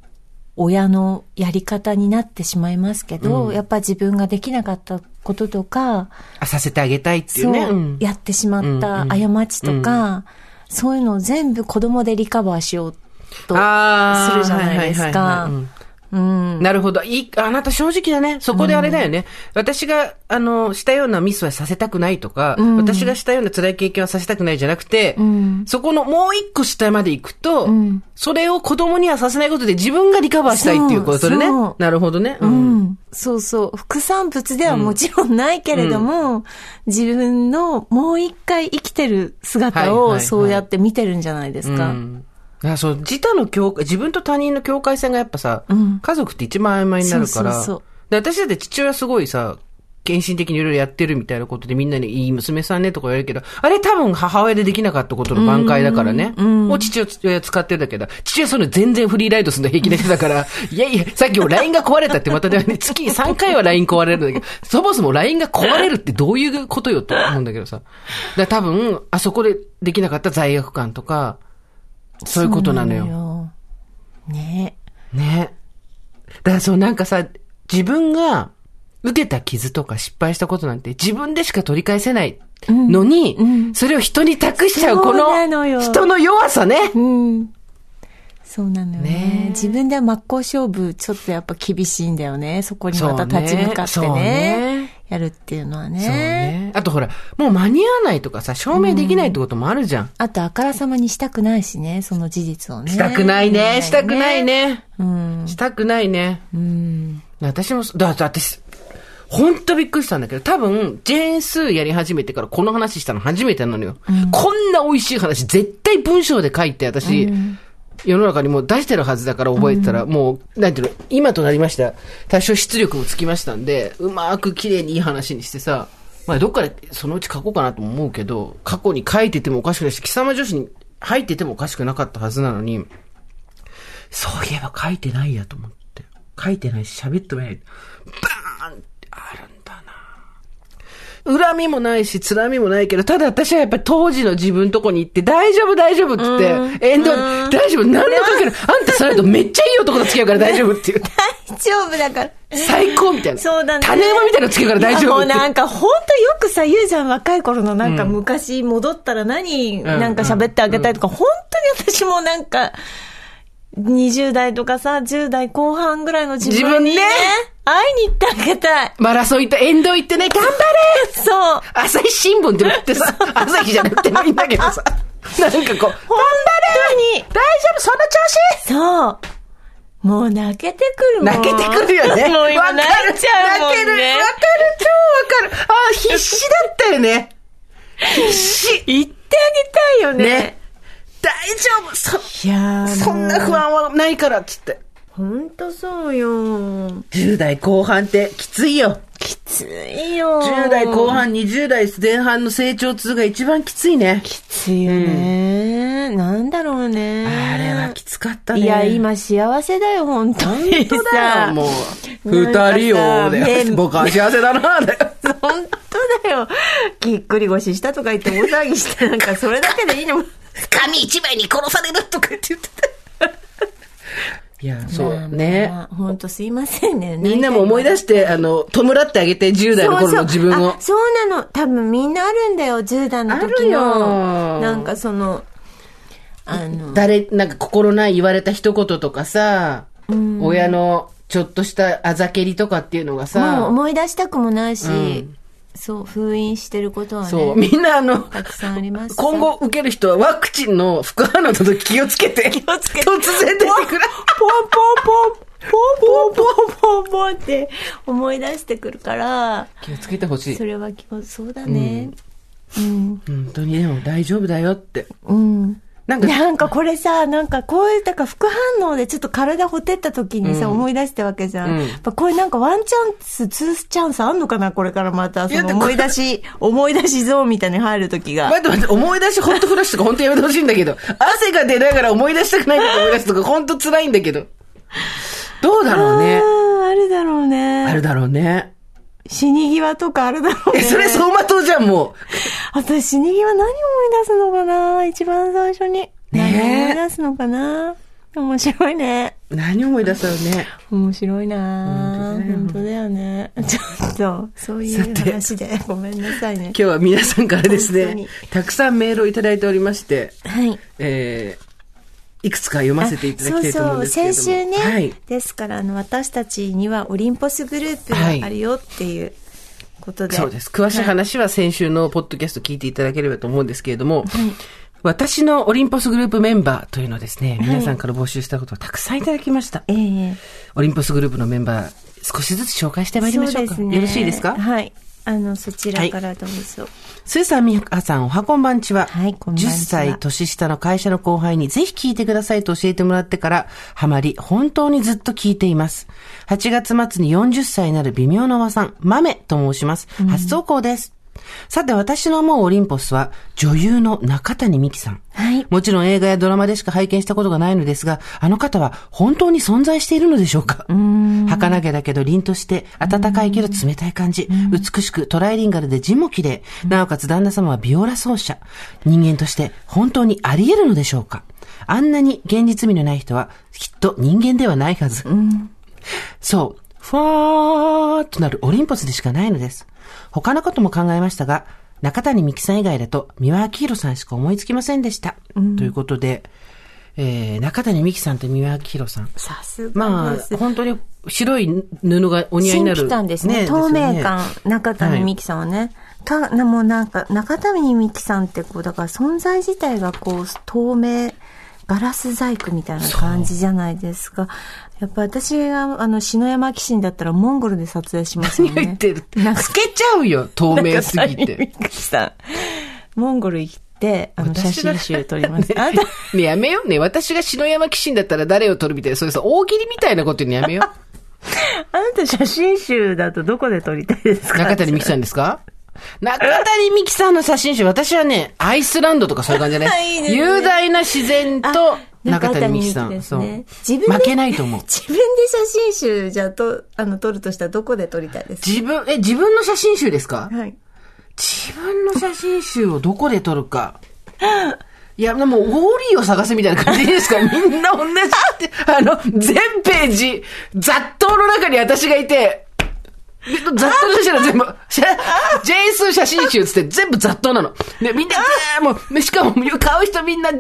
Speaker 3: 親のやり方になってしまいますけど、やっぱ自分ができなかったこととか、
Speaker 2: あさせてあげたいっていう
Speaker 3: そう、
Speaker 2: ね。うん
Speaker 3: やってしまった過ちとか、そういうのを全部子供でリカバーしようと
Speaker 2: あー
Speaker 3: するじゃないです
Speaker 2: はいはいは
Speaker 3: か
Speaker 2: いはいうん。
Speaker 3: うん。
Speaker 2: なるほど。いい、あなた正直だね。そこであれだよね。私が、あの、したようなミスはさせたくないとか、私がしたような辛い経験はさせたくないじゃなくて、そこのもう一個下まで行くと、それを子供にはさせないことで自分がリカバーしたいっていうことでね
Speaker 3: そうそう。
Speaker 2: なるほどね。う
Speaker 3: うんん、そうそう。副産物ではもちろんないけれども、自分のもう一回生きてる姿
Speaker 2: はいはいは
Speaker 3: を
Speaker 2: い
Speaker 3: そうやって見てるんじゃないですか。
Speaker 2: うんあそう、自他の境界、自分と他人の境界線がやっぱさ、家族って一番曖昧になるから、
Speaker 3: そうそうそう
Speaker 2: で私だって父親すごいさ、献身的にいろいろやってるみたいなことでみんなにいい娘さんねとか言われるけど、あれ多分母親でできなかったことの挽回だからね。もう父親使ってるだけだ。父親そういうの全然フリーライドするの平気な人だから、 いやいや、さっきも LINE が壊れたってまただよね、月に3回は LINE 壊れるんだけど、そもそも LINE が壊れるってどういうことよって思うんだけどさ。だから多分、あそこでできなかった罪悪感とか、そういうことなの
Speaker 3: そう
Speaker 2: よ。
Speaker 3: ねえ
Speaker 2: ね。だからそうなんかさ、自分が受けた傷とか失敗したことなんて自分でしか取り返せないのに、それを人に託しちゃう
Speaker 3: そ
Speaker 2: こ
Speaker 3: うなのよ
Speaker 2: の人の弱さね。
Speaker 3: うん。そうなのよね
Speaker 2: ねえ
Speaker 3: 自分では真っ向勝負、ちょっとやっぱ厳しいんだよね。そこにまた立ち向かって
Speaker 2: そうねそう
Speaker 3: ね。
Speaker 2: ね
Speaker 3: やるっていうのは
Speaker 2: そう
Speaker 3: ね。
Speaker 2: ね。あとほら、もう間に合わないとかさ、証明できないってこともあるじゃん。
Speaker 3: あと、あからさまにしたくないしね、その事実をね。
Speaker 2: したくないね。したくない。ね。
Speaker 3: うん。
Speaker 2: したくないね。
Speaker 3: うん。
Speaker 2: 私も、だだって私、ほんとびっくりしたんだけど、多分、ジェーンスーやり始めてからこの話したの初めてなのよ。こんな美味しい話、絶対文章で書いて、私、世の中にもう出してるはずだから覚えてたら、もう、なんていうの、今となりました。多少出力もつきましたんで、うまく綺麗にいい話にしてさ、まあ、どっかでそのうち書こうかなとも思うけど、過去に書いててもおかしくないし、貴様女子に入っててもおかしくなかったはずなのに、そういえば書いてないやと思って。書いてないし、喋ってもいない。バーンってあるんだな。恨みもないし、つらみもないけど、ただ私はやっぱり当時の自分とこに行って、大丈夫、大丈夫って言って、エンドに、大丈夫、何でも書ける。あんたそれとめっちゃいい男と付き合うから 大丈夫っていう。
Speaker 3: 大丈夫だから。
Speaker 2: 最高みたいな。
Speaker 3: そうだね
Speaker 2: 種馬みたいなの付けるから大丈夫
Speaker 3: も
Speaker 2: っ
Speaker 3: う
Speaker 2: て。
Speaker 3: なんか本当よくさ、言うじゃん、若い頃のなんか昔戻ったら何、なんか喋ってあげたいとか、本当に私もなんか、20代とかさ、10代後半ぐらいの自分にね、
Speaker 2: 自分ね
Speaker 3: 会いに行ってあげたい。
Speaker 2: マラソン行って、沿道行ってね、頑張れ
Speaker 3: そう。
Speaker 2: 朝日新聞って言ってさ、朝日じゃなくてもいいんだけどさ、なんかこう、
Speaker 3: 本当に。
Speaker 2: 大丈夫、その調子
Speaker 3: そう。もう泣けてくるもん。
Speaker 2: 泣けてくるよ ね。
Speaker 3: もう今泣いちゃうもんね。
Speaker 2: わかる、わかる、超わかる。あ、必死だったよね。必死。
Speaker 3: 言ってあげたいよね。
Speaker 2: ね。大丈夫、そ、
Speaker 3: いやー
Speaker 2: そんな不安はないから、つって。
Speaker 3: 本当そうよ。
Speaker 2: 10代後半ってきついよ。
Speaker 3: きついよ。
Speaker 2: 10代後半、20代前半の成長痛が一番きついね。
Speaker 3: きついよね、なんだろうね。
Speaker 2: あれはきつかったね。
Speaker 3: いや、。今幸せだよ、本当に。
Speaker 2: 本当だ
Speaker 3: さ
Speaker 2: よ、もう。
Speaker 3: なんかさ
Speaker 2: 二人を、で
Speaker 3: ね
Speaker 2: 僕は幸せだな、だよ。
Speaker 3: 本当だよ。ぎっくり腰したとか言って大騒ぎして、なんかそれだけでいいのも。
Speaker 2: 紙一枚に殺されるとかって言ってた。いや、そうね。
Speaker 3: 本当すいませんね。
Speaker 2: みんなも思い出して、あの、弔ってあげて、10代の頃の自分を
Speaker 3: あ。そうなの。多分みんなあるんだよ、10代の時
Speaker 2: あるよ
Speaker 3: の。なんかその、あの、
Speaker 2: 誰、なんか心ない言われた一言とかさ、親のちょっとしたあざけりとかっていうのが
Speaker 3: もう
Speaker 2: さ、
Speaker 3: 思い出したくもないし、そう、封印してることは
Speaker 2: そう、
Speaker 3: ね、
Speaker 2: みんなあの、
Speaker 3: たくさんあります。
Speaker 2: 今後受ける人はワクチンの副反応の時気をつけて、気
Speaker 3: をつけて
Speaker 2: 突然出てくる。
Speaker 3: ポンポンポン、ポンポンポンポンポンって思い出してくるから、
Speaker 2: 気をつけてほしい
Speaker 3: そ。れは気もそうだね。うん。
Speaker 2: 本当にでも大丈夫だよって。
Speaker 3: うん。
Speaker 2: なんか、
Speaker 3: なんかこれさ、なんかこういう、だから副反応でちょっと体ほてった時にさ、思い出したわけじゃん。
Speaker 2: うん
Speaker 3: やっぱこれなんかワンチャンス、ツーチャンスあんのかなこれからまた、そ
Speaker 2: いや
Speaker 3: の
Speaker 2: でも
Speaker 3: 思い出し、思い出しゾーンみたいに入る時が。
Speaker 2: 待って待って、思い出しホットフラッシュとか本当やめてほしいんだけど、汗が出ながら思い出したくないこと思い出すとか本当辛いんだけど。どうだろうね。
Speaker 3: あーあるだろうね。
Speaker 2: あるだろうね。
Speaker 3: 死に際とかあれだろう
Speaker 2: え、
Speaker 3: ね。
Speaker 2: それ相馬灯じゃん、も
Speaker 3: 私死に際何思い出すのかな一番最初に。何思い出すのかな面白いね。
Speaker 2: う。何思い出すよね。
Speaker 3: 面白いな本
Speaker 2: 本
Speaker 3: 当だよね。ちょっと、そういう話でごめんなさいね
Speaker 2: 今。日は皆さんからです
Speaker 3: 本当
Speaker 2: ね
Speaker 3: に、
Speaker 2: たくさんメールをいただいておりまして、
Speaker 3: はい。
Speaker 2: えー、いくつか読ませていただきたいと思うんですけれども。
Speaker 3: そうそう、先週ね。
Speaker 2: はい。
Speaker 3: ですから、あの、私たちにはオリンポスグループがあるよっていうことで。
Speaker 2: そうです。詳しい話は先週のポッドキャスト聞いていただければと思うんですけれども、私のオリンポスグループメンバーというのをですね、皆さんから募集したことをたくさんいただきました。
Speaker 3: ええ
Speaker 2: オリンポスグループのメンバー、少しずつ紹介してまいりましょうか。よろしいですか
Speaker 3: はい。あの、そちらからどうぞ。
Speaker 2: スーさん、ミカさん、おはこんばんちは。
Speaker 3: はいこんばんちは
Speaker 2: 10歳年下の会社の後輩にぜひ聞いてくださいと教えてもらってから、ハマり、本当にずっと聞いています。8月末に40歳になる微妙なおばさん、マメと申します。初投稿です。さて、私の思うオリンポスは、女優の中谷美紀さん。
Speaker 3: はい
Speaker 2: もちろん映画やドラマでしか拝見したことがないのですが、あの方は本当に存在しているのでしょうか儚げだけど凛として、温かいけど冷たい感じ。美しくトライリンガルで字も綺麗。なおかつ旦那様はビオラ奏者。人間として本当にあり得るのでしょうかあんなに現実味のない人は、きっと人間ではないはず。そう。ふわーっとなるオリンポスでしかないのです。他のことも考えましたが、中谷美紀さん以外だと、三輪明宏さんしか思いつきませんでした。ということで、えー、中谷美紀さんと三輪明宏さん。
Speaker 3: さすが
Speaker 2: ま
Speaker 3: です。
Speaker 2: あ、本当に白い布がお似合いに
Speaker 3: 新
Speaker 2: なる。
Speaker 3: 規感ですね。透
Speaker 2: で
Speaker 3: 明
Speaker 2: すよ
Speaker 3: 感
Speaker 2: ね。
Speaker 3: 中谷美紀さんはね。た、なもうなんか、中谷美紀さんってこう、だから存在自体がこう、透明、ガラス細工みたいな感じじゃないですか。やっぱ私が、あの、篠山紀信だったらモンゴルで撮影しますもん
Speaker 2: 何を
Speaker 3: ね。
Speaker 2: 言ってる
Speaker 3: なんか
Speaker 2: 透けちゃうよ、透明すぎ
Speaker 3: 中谷美
Speaker 2: て。
Speaker 3: 紀さん。モンゴル行って、あの、写
Speaker 2: 私
Speaker 3: 真
Speaker 2: が
Speaker 3: 集撮ります。あなた
Speaker 2: ね、やめようね。私が篠山紀信だったら誰を撮るみたいな、そういうさ、大喜利みたいなことにやめよう。
Speaker 3: あなた写真集だとどこで撮りたいですか
Speaker 2: 中谷美紀さんですか中谷美紀さんの写真集、私はね、アイスランドとかそういう感じじゃない
Speaker 3: いいですね
Speaker 2: 雄大な自然と
Speaker 3: あ
Speaker 2: 中谷美紀さん。
Speaker 3: です
Speaker 2: そう。
Speaker 3: ね自分で
Speaker 2: 負けないと思う
Speaker 3: 。自分で写真集じゃあと、あの、撮るとしたらどこで撮りたいです
Speaker 2: 自分、え、自分の写真集ですか
Speaker 3: かはい。
Speaker 2: 自分の写真集をどこで撮るか。 いや、でも、オーリーを探せみたいな感じですかみんな同じって。あの、全ページ、雑踏の中に私がいて、雑踏の写真は 全部、写 J2 写真集っつって全部雑踏なの。で、みんな、ずーもう、しかも、買う人みんな、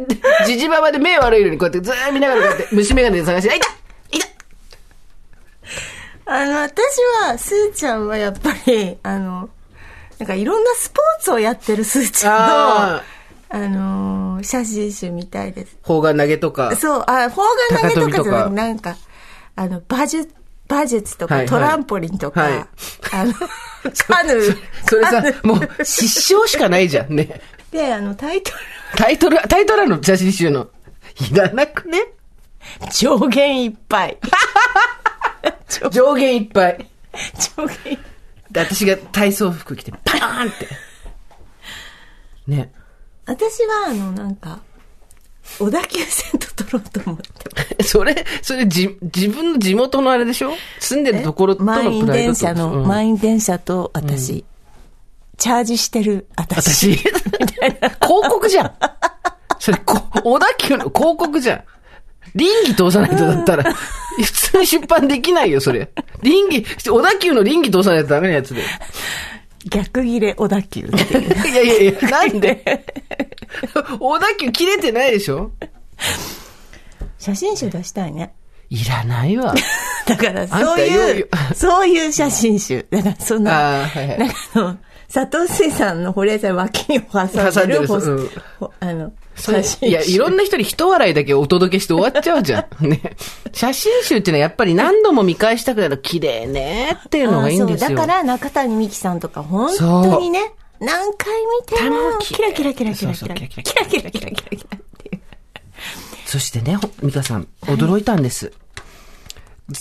Speaker 2: じじばばで目悪いのに、こうやってずー見ながらこうやって、虫眼鏡で探して、あ、いたいた
Speaker 3: あの、私は、すーちゃんはやっぱり、あの、なんかいろんなスポーツをやってるすーちゃんの、あ
Speaker 2: あ
Speaker 3: のー写真集みたいです。
Speaker 2: 砲丸投げとか。
Speaker 3: そう、あ、砲丸投げとかじゃな
Speaker 2: 高跳びとか
Speaker 3: くてなんか、あの、馬術、馬術と
Speaker 2: は
Speaker 3: か、
Speaker 2: いはい
Speaker 3: トランポリンとか、
Speaker 2: はい
Speaker 3: あの、カヌー。
Speaker 2: それさ
Speaker 3: カヌ、ー
Speaker 2: もう、失笑しかないじゃんね。
Speaker 3: で、あの、タイトル
Speaker 2: タイトル、タイトルあるの写真集の。いらなくね
Speaker 3: 上限いっぱい。
Speaker 2: 上限いっぱい。
Speaker 3: 上限
Speaker 2: で、私が体操服着て、パーンって。ね。
Speaker 3: 私は、あの、なんか、小田急線と撮ろうと思って。
Speaker 2: それ、それ、じ、自分の地元のあれでしょ住んでるところとの
Speaker 3: 満
Speaker 2: プ
Speaker 3: 員
Speaker 2: ライド
Speaker 3: 電
Speaker 2: と。
Speaker 3: 車の、
Speaker 2: うん
Speaker 3: 満員電車と私、チャージしてる私。
Speaker 2: 私、広告じゃん。それ、こ小田急の広告じゃん。倫理通さないとだったら、普通に出版できないよ、それ。倫理、小田急の倫理通さないとダメなやつで。
Speaker 3: 逆切れ小田急っていう。
Speaker 2: いやいやいや、なんで小田急切れてないでしょ
Speaker 3: 写真集出したいね。
Speaker 2: いらないわ。
Speaker 3: だから、
Speaker 2: あん
Speaker 3: そう
Speaker 2: たよ
Speaker 3: い
Speaker 2: いうよ、
Speaker 3: そういう写真集。だから、そんな、
Speaker 2: あーはいはい
Speaker 3: なんかあの、佐藤水さんの保冷剤脇に挟
Speaker 2: 挟
Speaker 3: ん
Speaker 2: ん
Speaker 3: で
Speaker 2: で
Speaker 3: る、
Speaker 2: る
Speaker 3: ほ
Speaker 2: うん
Speaker 3: ほあの、
Speaker 2: そう
Speaker 3: 写真集。
Speaker 2: いや、いろんな人に一笑いだけお届けして終わっちゃうじゃん。ね。写真集っていうのはやっぱり何度も見返したくなる綺麗ねっていうのがいいんです
Speaker 3: あ
Speaker 2: よ。
Speaker 3: そうだから中谷美紀さんとか本当にね何回見てもキ
Speaker 2: キ
Speaker 3: ラキ
Speaker 2: ラキ
Speaker 3: ラ
Speaker 2: ラ
Speaker 3: キ
Speaker 2: キ
Speaker 3: ラ
Speaker 2: ラ
Speaker 3: キ
Speaker 2: キ
Speaker 3: ラ
Speaker 2: ラ
Speaker 3: キ
Speaker 2: キ
Speaker 3: ラ
Speaker 2: ラ
Speaker 3: キラキラキラキラキラっていう
Speaker 2: そしてね、ほ美香さん、驚いたんです。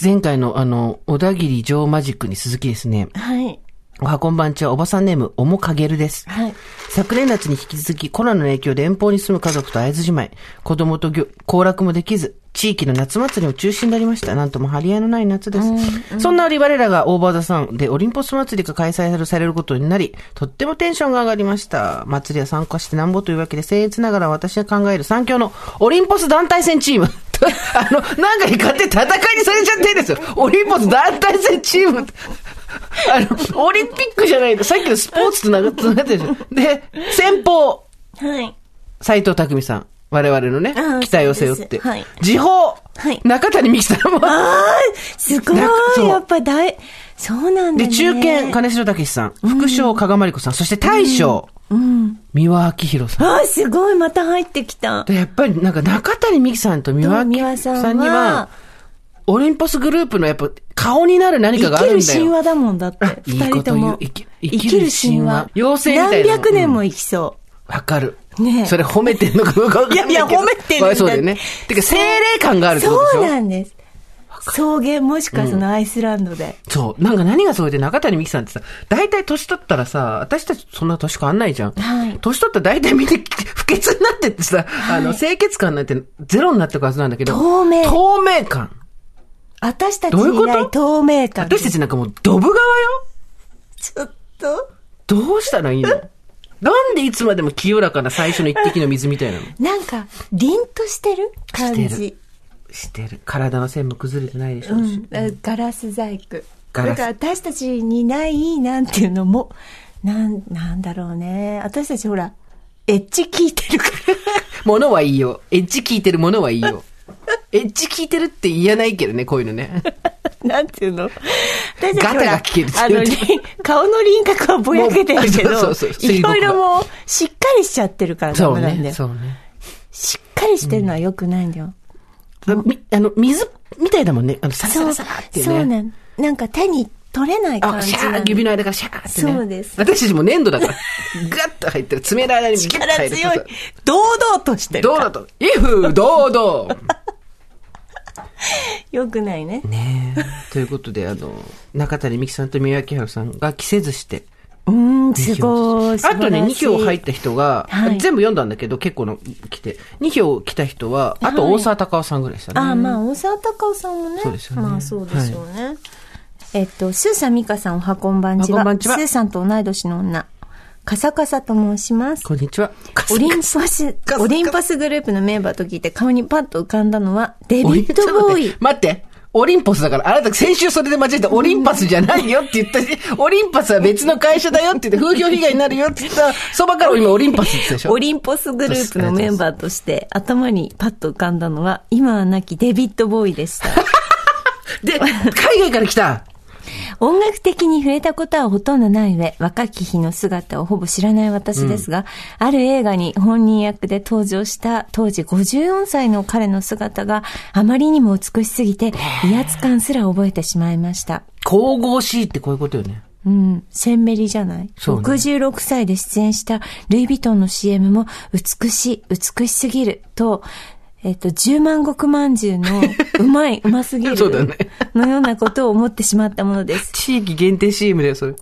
Speaker 2: 前回のあの、小田切城マジックに続きですね。
Speaker 3: はい
Speaker 2: おはこんばんちはおばさんネーム、おもかげるです。
Speaker 3: はい
Speaker 2: 昨年夏に引き続きコロナの影響で遠方に住む家族と会えずじまい、子供と行楽もできず、地域の夏祭りを中心でありました。なんとも張り合いのない夏です。そんな折我らがオーバーザさんでオリンポス祭りが開催されるされることになり、とってもテンションが上がりました。祭りは参加してなんぼというわけで、僭越ながら私が考える三強のオリンポス団体戦チーム。あの、なんかに勝手に戦いにされちゃってるんですよ。オリンポス団体戦チーム。あの、オリンピックじゃないと、さっきのスポーツとながつながってるでしょ。で、先方。
Speaker 3: はい。
Speaker 2: 斎藤匠さん。我々のね
Speaker 3: あ、ー
Speaker 2: 期待を背負って。
Speaker 3: そうですはい
Speaker 2: 時報、
Speaker 3: はい
Speaker 2: 中谷美紀さんも。
Speaker 3: あーすごい
Speaker 2: なんかそう
Speaker 3: やっぱ大、そうなんだ、
Speaker 2: で、
Speaker 3: ね。
Speaker 2: 中堅、金城武さん。副将、加賀まりこさん。そして大将、三輪明宏さん。
Speaker 3: あーすごいまた入ってきた。
Speaker 2: でやっぱりなんか中谷美紀さんと三輪
Speaker 3: と
Speaker 2: 明
Speaker 3: 三輪
Speaker 2: 宏
Speaker 3: さんは
Speaker 2: さんには、オリンポスグループのやっぱ顔になる何かがあ
Speaker 3: 生
Speaker 2: るん
Speaker 3: きる
Speaker 2: だ
Speaker 3: 神
Speaker 2: よ。
Speaker 3: 話だもんだって。
Speaker 2: い
Speaker 3: 二
Speaker 2: いこ
Speaker 3: 人
Speaker 2: と
Speaker 3: と
Speaker 2: 言う
Speaker 3: も。
Speaker 2: 生き生きる神話妖精みたいな
Speaker 3: 何百年も生きそ
Speaker 2: わかる。
Speaker 3: ねえ
Speaker 2: それ褒めてんのかどうかわかんないけど。
Speaker 3: いやいや褒めてるんだ
Speaker 2: わそうだよね。てか、精霊感があ
Speaker 3: う。
Speaker 2: るって
Speaker 3: そ
Speaker 2: ことでしょ
Speaker 3: うなんです。草原もしくはそのアイスランドで。
Speaker 2: そう。なんか何がすごいって中谷美紀さんってさ、大体年取ったらさ、私たちそんな年変わんないじゃん。
Speaker 3: はい
Speaker 2: 年取ったら大体みんな不潔になってってさ、あの、清潔感なんてゼロになってくはずなんだけど。
Speaker 3: 透明
Speaker 2: 透明感。
Speaker 3: 私たち
Speaker 2: どういう
Speaker 3: に
Speaker 2: こと
Speaker 3: ない透明感。
Speaker 2: 私たちなんかもうドブ側よ
Speaker 3: ちょっと、
Speaker 2: どうしたらいいのなんでいつまでも清らかな最初の一滴の水みたいなの
Speaker 3: なんか、凛としてる感
Speaker 2: して
Speaker 3: じ。
Speaker 2: してる。体の線も崩れてないでしょ
Speaker 3: う
Speaker 2: うし。
Speaker 3: ん、ガラス細工。
Speaker 2: ガ
Speaker 3: だ
Speaker 2: ラス
Speaker 3: から私たちにないなんていうのも、なん、なんだろうね。私たちほら、エッジ効いてるから。
Speaker 2: 物はいいよ。エッジ効いてるものはいいよ。エッジ効いてるって言えないけどね、こういうのね。
Speaker 3: なんていうの私
Speaker 2: ガタが効ける
Speaker 3: あの、り顔の輪郭はぼやけてるけ
Speaker 2: もうそ
Speaker 3: ど、
Speaker 2: うそうそう水
Speaker 3: い
Speaker 2: 墨画
Speaker 3: ろいろもう、しっかりしちゃってるからダ
Speaker 2: そう
Speaker 3: メなんだ
Speaker 2: ね。
Speaker 3: よ。
Speaker 2: そうね。
Speaker 3: しっかりしてるのは良くないんだよ。
Speaker 2: みあの、水みたいだもんね。あの、サラサ
Speaker 3: そう、
Speaker 2: ラサラっていう
Speaker 3: そう
Speaker 2: ね。
Speaker 3: なん。なんか手に取れない感
Speaker 2: あ、
Speaker 3: じ
Speaker 2: シ
Speaker 3: な
Speaker 2: ャ
Speaker 3: の
Speaker 2: ー、指の間からシャーってね。
Speaker 3: そうです
Speaker 2: 私たちも粘土だ から、ガッと入ってる。爪の間にギュッと
Speaker 3: 力
Speaker 2: 入る。
Speaker 3: 強い。堂々としてる
Speaker 2: どう
Speaker 3: から。
Speaker 2: だと。イフ、どうどう。
Speaker 3: 良くないね。
Speaker 2: ねえということで、あの、中谷美紀さんと三輪明宏さんが着せずして。
Speaker 3: うーん、すごい。
Speaker 2: あとね、2票入
Speaker 3: っ
Speaker 2: った人が、
Speaker 3: はい
Speaker 2: 全部読んだんだけど、結構の来て。2票来た人は、あと大沢たかおさんぐらいでしたね。
Speaker 3: あ、まあ、大沢たかおさんもね。
Speaker 2: そうですよね
Speaker 3: まあ、そうでしょうね。えっと、スーさん、ミカさん、おはこんばんち
Speaker 2: おは
Speaker 3: は。
Speaker 2: こんばんちは
Speaker 3: スーさんと同い年の女、カサカサと申します。
Speaker 2: こんにちは。
Speaker 3: オリンパス
Speaker 2: カサカ、サ
Speaker 3: オリンパスグループのメンバーと聞いて顔にパッと浮かんだのは、デビッド・ボ
Speaker 2: オ
Speaker 3: ー
Speaker 2: リン
Speaker 3: イ
Speaker 2: ちょっと。待って待って。オリンポスだから、あなた先週それで間違えた、オリンパスじゃないよって言ったし、オリンパスは別の会社だよって言って、風評被害になるよって言った、そばから今オリンパスって言ったでしょ
Speaker 3: オリンポスグループのメンバーとして頭にパッと浮かんだのは今は亡きデビッド・ボーイでした。
Speaker 2: で、海外から来た
Speaker 3: 音楽的に触れたことはほとんどない上、若き日の姿をほぼ知らない私ですが、ある映画に本人役で登場した当時54歳の彼の姿があまりにも美しすぎて、威圧感すら覚えてしまいました。
Speaker 2: 神々しいってこういうことよね。
Speaker 3: うん、センメリじゃない、
Speaker 2: そうね
Speaker 3: ?66 歳で出演したルイ・ヴィトンの CM も美しい、美しすぎると、えっと、十万石饅頭のうまい、うますぎる
Speaker 2: そうだね
Speaker 3: のようなことを思ってしまったものです。
Speaker 2: 地域限定 CM だよ、それ。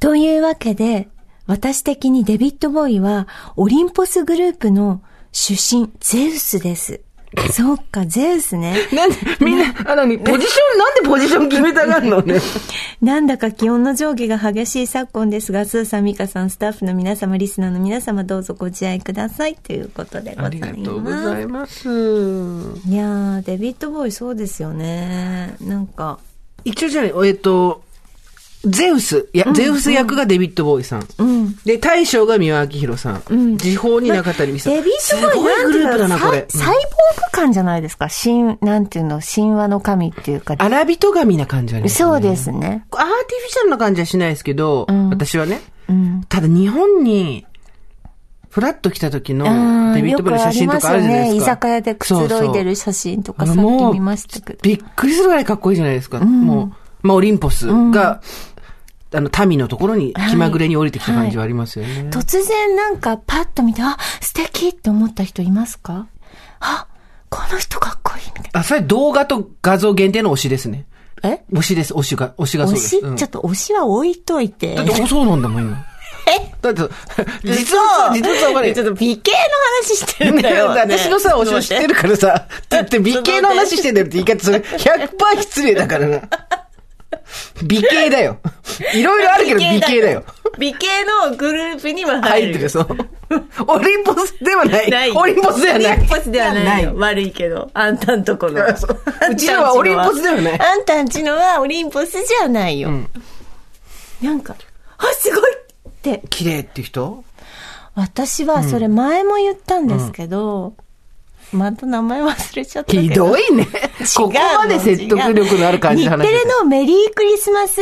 Speaker 3: というわけで、私的にデビッド・ボーイは、オリンポスグループの出身、ゼウスです。そっか、ゼウスね。
Speaker 2: なんで、みんな、あのに、ポジション、なんでポジション決めたがるのね。
Speaker 3: なんだか気温の上下が激しい昨今ですが、スーさん、ミカさん、スタッフの皆様、リスナーの皆様、どうぞご自愛ください。ということでござ
Speaker 2: あ
Speaker 3: い
Speaker 2: り
Speaker 3: ま
Speaker 2: が
Speaker 3: す。
Speaker 2: とうございます。
Speaker 3: いやー、デビッド・ボーイそうですよね。なんか、
Speaker 2: 一応じゃない、えっと、ゼウス、いや、ゼウス役がデビッド・ボーイさん。で、大将が三輪明宏さん。時報に中谷美さん。
Speaker 3: デビッド・
Speaker 2: す
Speaker 3: ボーイ
Speaker 2: ごい
Speaker 3: なん
Speaker 2: グ
Speaker 3: てい
Speaker 2: ル
Speaker 3: う
Speaker 2: ープだ
Speaker 3: の
Speaker 2: な、これ。
Speaker 3: サイサイボーグ感じゃないですか。神、なんていうの、神話の神っていうか。
Speaker 2: 荒人神な感じあります、ね。
Speaker 3: そうですね。
Speaker 2: アーティフィシャルな感じはしないですけど、私はね。ただ日本に、フラッと来た時
Speaker 3: あ
Speaker 2: の
Speaker 3: あ
Speaker 2: デビッド・ボーイの写真とかあるじゃな
Speaker 3: よくあり
Speaker 2: いですか。
Speaker 3: ますよね。居酒屋でくつろいでる
Speaker 2: そ
Speaker 3: 写
Speaker 2: う
Speaker 3: 真と
Speaker 2: そ
Speaker 3: か
Speaker 2: う
Speaker 3: さっ
Speaker 2: あの
Speaker 3: き
Speaker 2: もう
Speaker 3: 見ましたけど。
Speaker 2: びっくりするぐらいかっこいいじゃないですか。もう、まあ、オリンポスが、あの、民のところに気まぐれに降りてきた感じはありますよね。
Speaker 3: 突然なんかパッと見て、あ、素敵って思った人いますかあ、この人かっこいいみたい
Speaker 2: あ、それ動画と画像限定の推しですね。
Speaker 3: な。え
Speaker 2: 推しです、推しが。推しがそう
Speaker 3: 推
Speaker 2: です。
Speaker 3: し、
Speaker 2: うん
Speaker 3: ちょっと推しは置いといて
Speaker 2: だ。って、おそうなんだもん、今。
Speaker 3: え
Speaker 2: だって、実は、実 はわかんない
Speaker 3: ちょっと美形の話してるんだよ。ね
Speaker 2: 私のさ、おしを知ってるからさ、だって美形の話してんだよって言い方、それ100%失礼だからな。美形だよ。いろいろあるけど美形だよ。。
Speaker 3: 美形のグループには入
Speaker 2: 入
Speaker 3: る。
Speaker 2: ってる、そう。オリンポスではない。
Speaker 3: ない
Speaker 2: オリンポスではな
Speaker 3: オリ
Speaker 2: い
Speaker 3: ン。ポスではないよ。悪いけど。あんたんとこの。あん
Speaker 2: そう
Speaker 3: たん
Speaker 2: うちのはオリンポスではない
Speaker 3: あんたんちのはオリンポスじゃないよ。なんか、あ、すごいって。
Speaker 2: 綺麗って人
Speaker 3: 私はそれ前も言ったんですけど、また名前忘れちゃったけど。
Speaker 2: ひどいね。
Speaker 3: 違う
Speaker 2: ここ
Speaker 3: の
Speaker 2: まで説得力のある感じの話
Speaker 3: 日テレのメリークリスマス、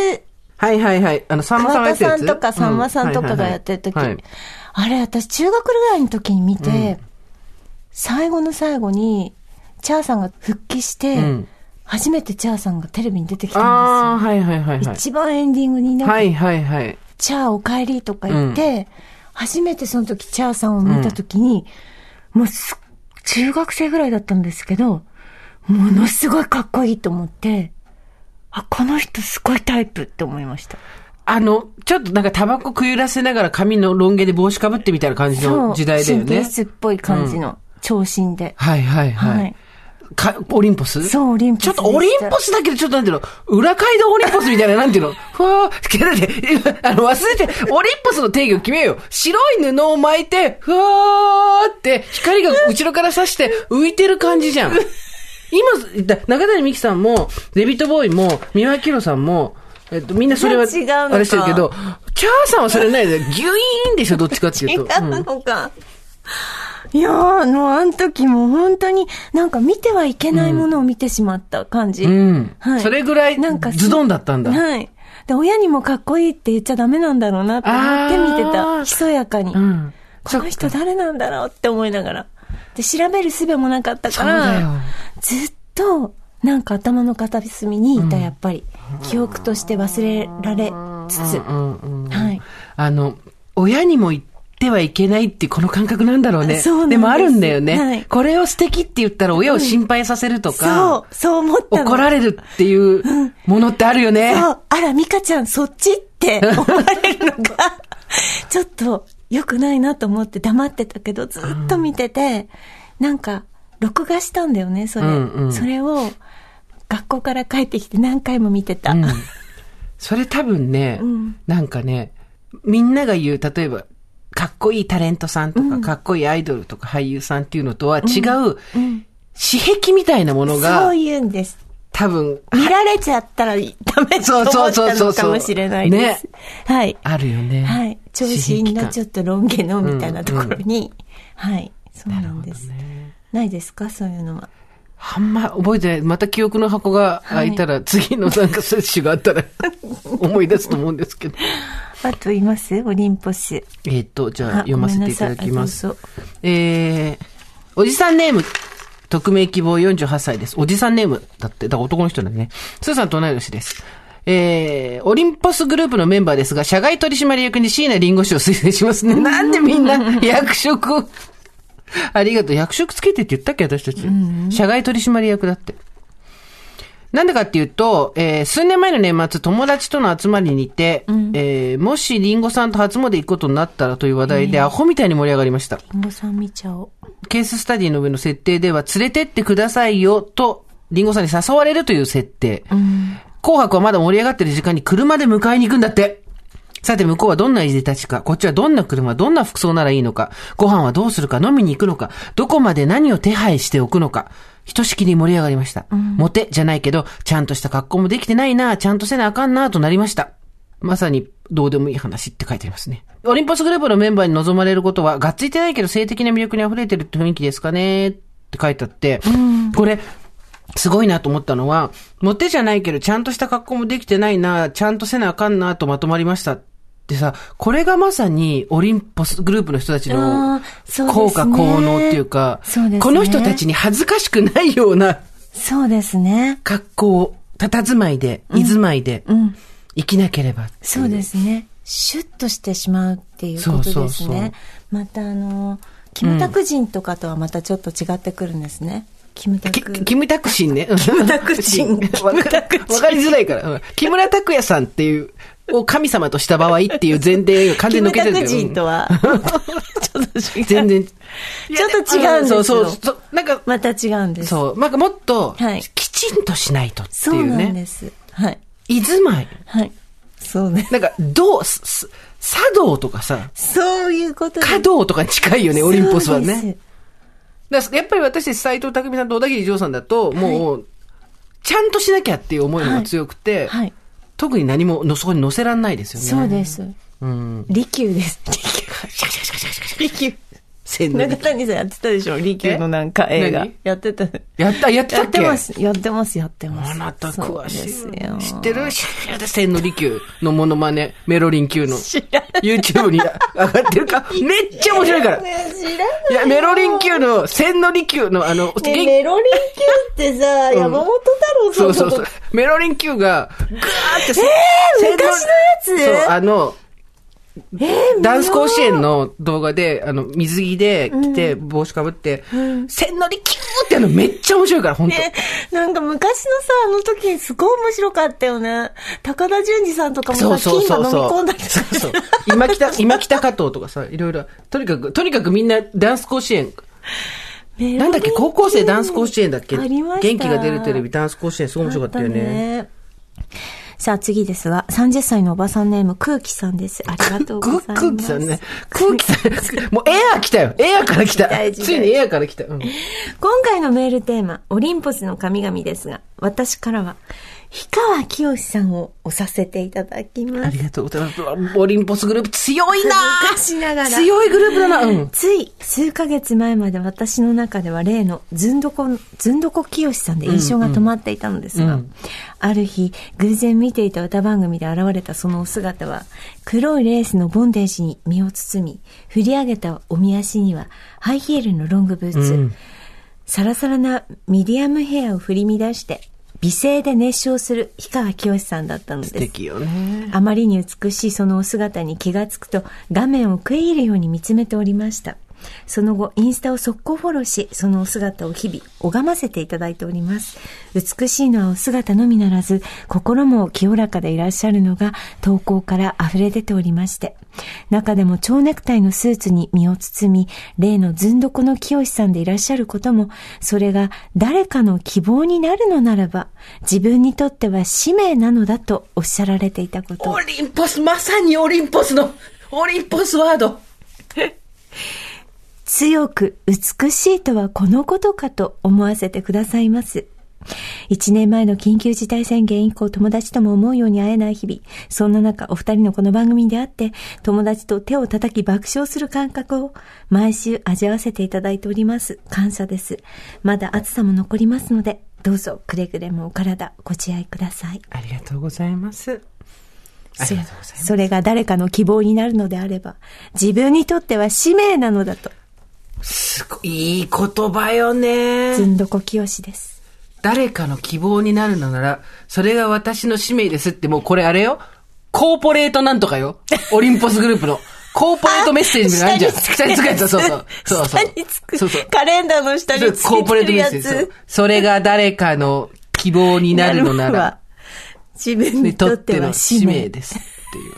Speaker 2: はいはいはい。あの、さんまさん
Speaker 3: 桑
Speaker 2: がや
Speaker 3: 田さ
Speaker 2: ってるや
Speaker 3: ん
Speaker 2: つ
Speaker 3: とかさんまさんとかがやってる時、
Speaker 2: うんはいはいはい
Speaker 3: あれ私中学ぐらいの時に見て、最後の最後に、チャーさんが復帰して、
Speaker 2: うん
Speaker 3: 初めてチャーさんがテレビに出てきたん
Speaker 2: ああ、はいはいはい
Speaker 3: ですよ。
Speaker 2: はい。
Speaker 3: 一番エンディングになんか、
Speaker 2: はいはいはい。
Speaker 3: チャーお帰りとか言って、初めてその時チャーさんを見た時に、もうす中学生ぐらいだったんですけど、ものすごいかっこいいと思って、あ、この人すごいタイプって思いました。
Speaker 2: あの、ちょっとなんかタバコくゆらせながら髪のロン毛で帽子かぶってみたいな感じ
Speaker 3: そう
Speaker 2: の時代だよ
Speaker 3: 神経
Speaker 2: ね。
Speaker 3: 質っぽい感じの、長身で。
Speaker 2: はいはいはい。
Speaker 3: はい
Speaker 2: かオリンポス
Speaker 3: そうオリンポス
Speaker 2: ちょっとオリンポスだけど、ちょっとなんていうの、裏街道オリンポスみたいな、なんていうの、ふわー、だって、あの、忘れて、オリンポスの定義を決めようよ。白い布を巻いて、ふわーって、光が後ろから差して、浮いてる感じじゃん。今、だ中谷美紀さんも、デビットボーイも、三輪明宏さんも、えっと、みんなそれは、
Speaker 3: 違うのか
Speaker 2: あれしてるけど、チャーさんはそれないで、ギュイーンでしょ、どっちかっていうと。うん
Speaker 3: のか。いやー、もうあの時も本当になんか見てはいけないものを見てしまった感じ。
Speaker 2: うんそれぐらい
Speaker 3: なんか
Speaker 2: ズドンだったんだ
Speaker 3: はい。で、親にもかっこいいって言っちゃダメなんだろうなって思って見て
Speaker 2: あ
Speaker 3: た。
Speaker 2: ー
Speaker 3: ひそやかに。
Speaker 2: うん
Speaker 3: この人誰なんだろうって思いながら。で、調べる術もなかったか
Speaker 2: そうだよ
Speaker 3: ら、ずっと、なんか頭の片隅にいた、やっぱり。記憶として忘れられつつ。
Speaker 2: うんうん
Speaker 3: はい。
Speaker 2: あの、親にも言ってはいけないっていうこの感覚なんだろうね。
Speaker 3: そうなんです
Speaker 2: もあるんだよね、
Speaker 3: はい
Speaker 2: これを素敵って言ったら親を心配させるとか、
Speaker 3: そう、そう思ったの。
Speaker 2: 怒られるっていうものってあるよね。
Speaker 3: そう、あら、ミカちゃん、そっち って思われるのが、ちょっと良くないなと思って黙ってたけど、ずっと見てて、なんか、録画したんだよね、それ。
Speaker 2: うんうん
Speaker 3: それを、学校から帰ってきて何回も見てた。
Speaker 2: うんそれ多分ね、
Speaker 3: ん
Speaker 2: なんかね、みんなが言う、例えば、かっこいいタレントさんとか、かっこいいアイドルとか俳優さんっていうのとは違う、私癖みたいなも の
Speaker 3: そ
Speaker 2: が
Speaker 3: う、いうんです。
Speaker 2: 多分、
Speaker 3: 見られちゃったらダメと思った
Speaker 2: そうそうそうそ
Speaker 3: の
Speaker 2: う
Speaker 3: かもしれないです。
Speaker 2: ね
Speaker 3: はい。
Speaker 2: あるよね。
Speaker 3: はい。長身
Speaker 2: 刺激
Speaker 3: の
Speaker 2: 感
Speaker 3: ちょっとロン毛のみたいなところに、はい。そうなんです。ないですかそういうのは。
Speaker 2: あんま覚えてない。また記憶の箱が開いたら、次のなんか接種があっ たら思い出すと思うんですけど。
Speaker 3: あといますオリンポス。
Speaker 2: えっと、じゃあ
Speaker 3: あ
Speaker 2: 読ませていただきます
Speaker 3: ごめんな。
Speaker 2: えー、おじさんネーム、匿名希望48歳です。おじさんネームだって、だから男の人なんでね。スーさんと同い年です。えー、オリンポスグループのメンバーですが、社外取締役に椎名林檎氏を推薦しますね。なんでみんな役職を。ありがとう。役職つけてって言ったっけ私たち。社外取締役だって。なんでかっていうと、えー数年前の年末、友達との集まりにて、えーもしリンゴさんと初詣行くことになったらという話題で、アホみたいに盛り上がりました。
Speaker 3: リンゴさん見ちゃおう。
Speaker 2: ケーススタディの上の設定では、連れてってくださいよと、リンゴさんに誘われるという設定。紅白はまだ盛り上がってる時間に車で迎えに行くんだって。さて、向こうはどんないでたちか、こっちはどんな車、どんな服装ならいいのか、ご飯はどうするか、飲みに行くのか、どこまで何を手配しておくのか、ひとしきり盛り上がりました。モテじゃないけど、ちゃんとした格好もできてないな、ちゃんとせなあかんな、となりました。まさに、どうでもいい話って書いてありますね。オリンポスグループのメンバーに望まれることは、がっついてないけど性的な魅力に溢れてるって雰囲気ですかね、って書いてあって、これ、すごいなと思ったのは、モテじゃないけど、ちゃんとした格好もできてないな、ちゃんとせなあかんな、とまとまりました。ってさ、これがまさにオリンポスグループの人たち
Speaker 3: あ
Speaker 2: の
Speaker 3: ーそうですね
Speaker 2: 効果効能っていうか、
Speaker 3: そうですね
Speaker 2: この人たちに恥ずかしくないような
Speaker 3: そうですね。
Speaker 2: 格好、佇まいで、居住まいで、
Speaker 3: うん。
Speaker 2: 生きなければってい
Speaker 3: そうですね。シュッとしてしまうっていうことですね。
Speaker 2: そうそうそう
Speaker 3: またあの、キムタク人とかとはまたちょっと違ってくるんですね。キムタ
Speaker 2: き
Speaker 3: ク。
Speaker 2: キムタクシンね。キ
Speaker 3: ムタクシン
Speaker 2: わ
Speaker 3: キム
Speaker 2: か
Speaker 3: タクシン
Speaker 2: わかりづらいから。うん木村拓哉さんっていうを神様とした場合っていう前提が完全に抜けてるん だ
Speaker 3: キムタク
Speaker 2: よ
Speaker 3: 人とは、 ちょっと違う。
Speaker 2: 全 然。
Speaker 3: ちょっと違うんですよ
Speaker 2: そうそうそう。なんか、
Speaker 3: また違うんです。そう。
Speaker 2: そう。なんかもっと、
Speaker 3: はい
Speaker 2: きちんとしないとっていう
Speaker 3: なん
Speaker 2: ね。
Speaker 3: です。はい。
Speaker 2: 居住まい。
Speaker 3: はい。そうね。
Speaker 2: なんか、道、すす茶道とかさ、
Speaker 3: そういうことです
Speaker 2: 華道とかに近いよね、オリンポスは
Speaker 3: そう
Speaker 2: ね
Speaker 3: で。
Speaker 2: だからやっぱり私、斎藤匠さんと小田切丈さんだと、もう、ちゃんとしなきゃっていう思いのが強くて、
Speaker 3: す。はい。
Speaker 2: 特に何ものそこに載せらんないですよね。
Speaker 3: そうです。
Speaker 2: うん。
Speaker 3: 利休 です。
Speaker 2: シャキシャキシャキシャキシャキ
Speaker 3: 利休。
Speaker 2: 千年
Speaker 3: 中谷さんやってたでしょ利休のなんか映画
Speaker 2: 何。
Speaker 3: やってた。
Speaker 2: やった、やってた
Speaker 3: や
Speaker 2: っ
Speaker 3: っ
Speaker 2: け
Speaker 3: てます。やってます、やってます。
Speaker 2: あなた詳し
Speaker 3: そ
Speaker 2: い
Speaker 3: う
Speaker 2: わ
Speaker 3: ですよ。
Speaker 2: 知ってる知ってる千利休のモノマネ、メロリン級の。YouTube に上がっ てるか。めっちゃ面白いから。い
Speaker 3: ね知らない。
Speaker 2: や、メロリン級の千利休のあの、
Speaker 3: ね
Speaker 2: 元気
Speaker 3: メロリン級ってさ、山本太
Speaker 2: そ
Speaker 3: 郎
Speaker 2: う
Speaker 3: さん
Speaker 2: そ
Speaker 3: の
Speaker 2: うそう。メロリン級が、ぐーってさ、
Speaker 3: えー
Speaker 2: 千
Speaker 3: 昔
Speaker 2: 利
Speaker 3: のやつ
Speaker 2: そう、あの、ダンス甲子園の動画で、あの、水着で着て、帽子かぶって、千利休ってあの、めっちゃ面白いから、本当
Speaker 3: ね、なんか昔のさ、あの時すごい面白かったよね。高田純次さんとかもさ、
Speaker 2: そうそ
Speaker 3: 金
Speaker 2: うそう
Speaker 3: 馬飲み込
Speaker 2: そ
Speaker 3: ん
Speaker 2: う
Speaker 3: だり。と
Speaker 2: そ
Speaker 3: か
Speaker 2: うそう。今北、 今北加藤とかさ、いろいろ。とにかく、とにかくみんなダンス甲子園。
Speaker 3: メロディー
Speaker 2: なんだっけ高校生ダンス甲子園だっけ
Speaker 3: ありま
Speaker 2: 元
Speaker 3: した
Speaker 2: 気が出るテレビダンス甲子園すごい面白かったよね。
Speaker 3: あったねさあ次ですが、30歳のおばさんネーム、空気さんです。ありがとうござ
Speaker 2: く
Speaker 3: います。
Speaker 2: 空気さんね。空気さん。もうエアー来たよ。エアーから来た。
Speaker 3: 大事
Speaker 2: ついにエアーから来た。 うん
Speaker 3: 今回のメールテーマ、オリンポスの神々ですが、私からは、氷川きよしさんを押させていただき
Speaker 2: あ
Speaker 3: ます。
Speaker 2: りがとうございます。オリンポスグループ強いな
Speaker 3: 昔ながら
Speaker 2: 強いグループだな。うん。
Speaker 3: つい数ヶ月前まで私の中では例のずんどこ、ずんどこきよしさんで印象が止まっていたのですが、ある日、偶然見ていた歌番組で現れたそのお姿は、黒いレースのボンデージに身を包み、振り上げたおみ足にはハイヒールのロングブーツ、サラサラなミディアムヘアを振り乱して、美声で熱唱する氷川きよしさんだったのです。
Speaker 2: 素敵よね。
Speaker 3: あまりに美しいそのお姿に気がつくと画面を食い入るように見つめておりました。その後、インスタを速攻フォローし、そのお姿を日々拝ませていただいております。美しいのはお姿のみならず、心も清らかでいらっしゃるのが投稿から溢れ出ておりまして。中でも蝶ネクタイのスーツに身を包み、例のずんどこの清さんでいらっしゃることも、それが誰かの希望になるのならば、自分にとっては使命なのだとおっしゃられていたこと
Speaker 2: オ。リンポス、まさにオリンポスの、オリンポスワード。
Speaker 3: 強く美しいとはこのことかと思わせてくださいます。一年前の緊急事態宣言以降友達とも思うように会えない日々。そんな中お二人のこの番組に出会って友達と手を叩き爆笑する感覚を毎週味わわせていただいております。感謝です。まだ暑さも残りますので、どうぞくれぐれもお体ご自愛ください。
Speaker 2: ありがとうございます。ありがとうございます。
Speaker 3: それが誰かの希望になるのであれば、自分にとっては使命なのだと、
Speaker 2: すごい、いい言葉よね
Speaker 3: ず。んどこきよしです。
Speaker 2: 誰かの希望になるのなら、それが私の使命ですって、もうこれあれよ。コーポレートなんとかよ。オリンポスグループの。コーポレートメッセージみたいなのあるじゃん。下につくやつ、そうそう。そうそう。
Speaker 3: 下につく。
Speaker 2: そうそう。
Speaker 3: カレンダーの下につ
Speaker 2: コー
Speaker 3: い
Speaker 2: ポレー
Speaker 3: て
Speaker 2: ト
Speaker 3: る
Speaker 2: メッ
Speaker 3: や
Speaker 2: セージ。そう
Speaker 3: つ。
Speaker 2: それが誰かの希望になるのなら、。
Speaker 3: 自分にと
Speaker 2: と
Speaker 3: っ
Speaker 2: ってて
Speaker 3: は
Speaker 2: の
Speaker 3: 使
Speaker 2: 使
Speaker 3: 命
Speaker 2: 命。ですっていう。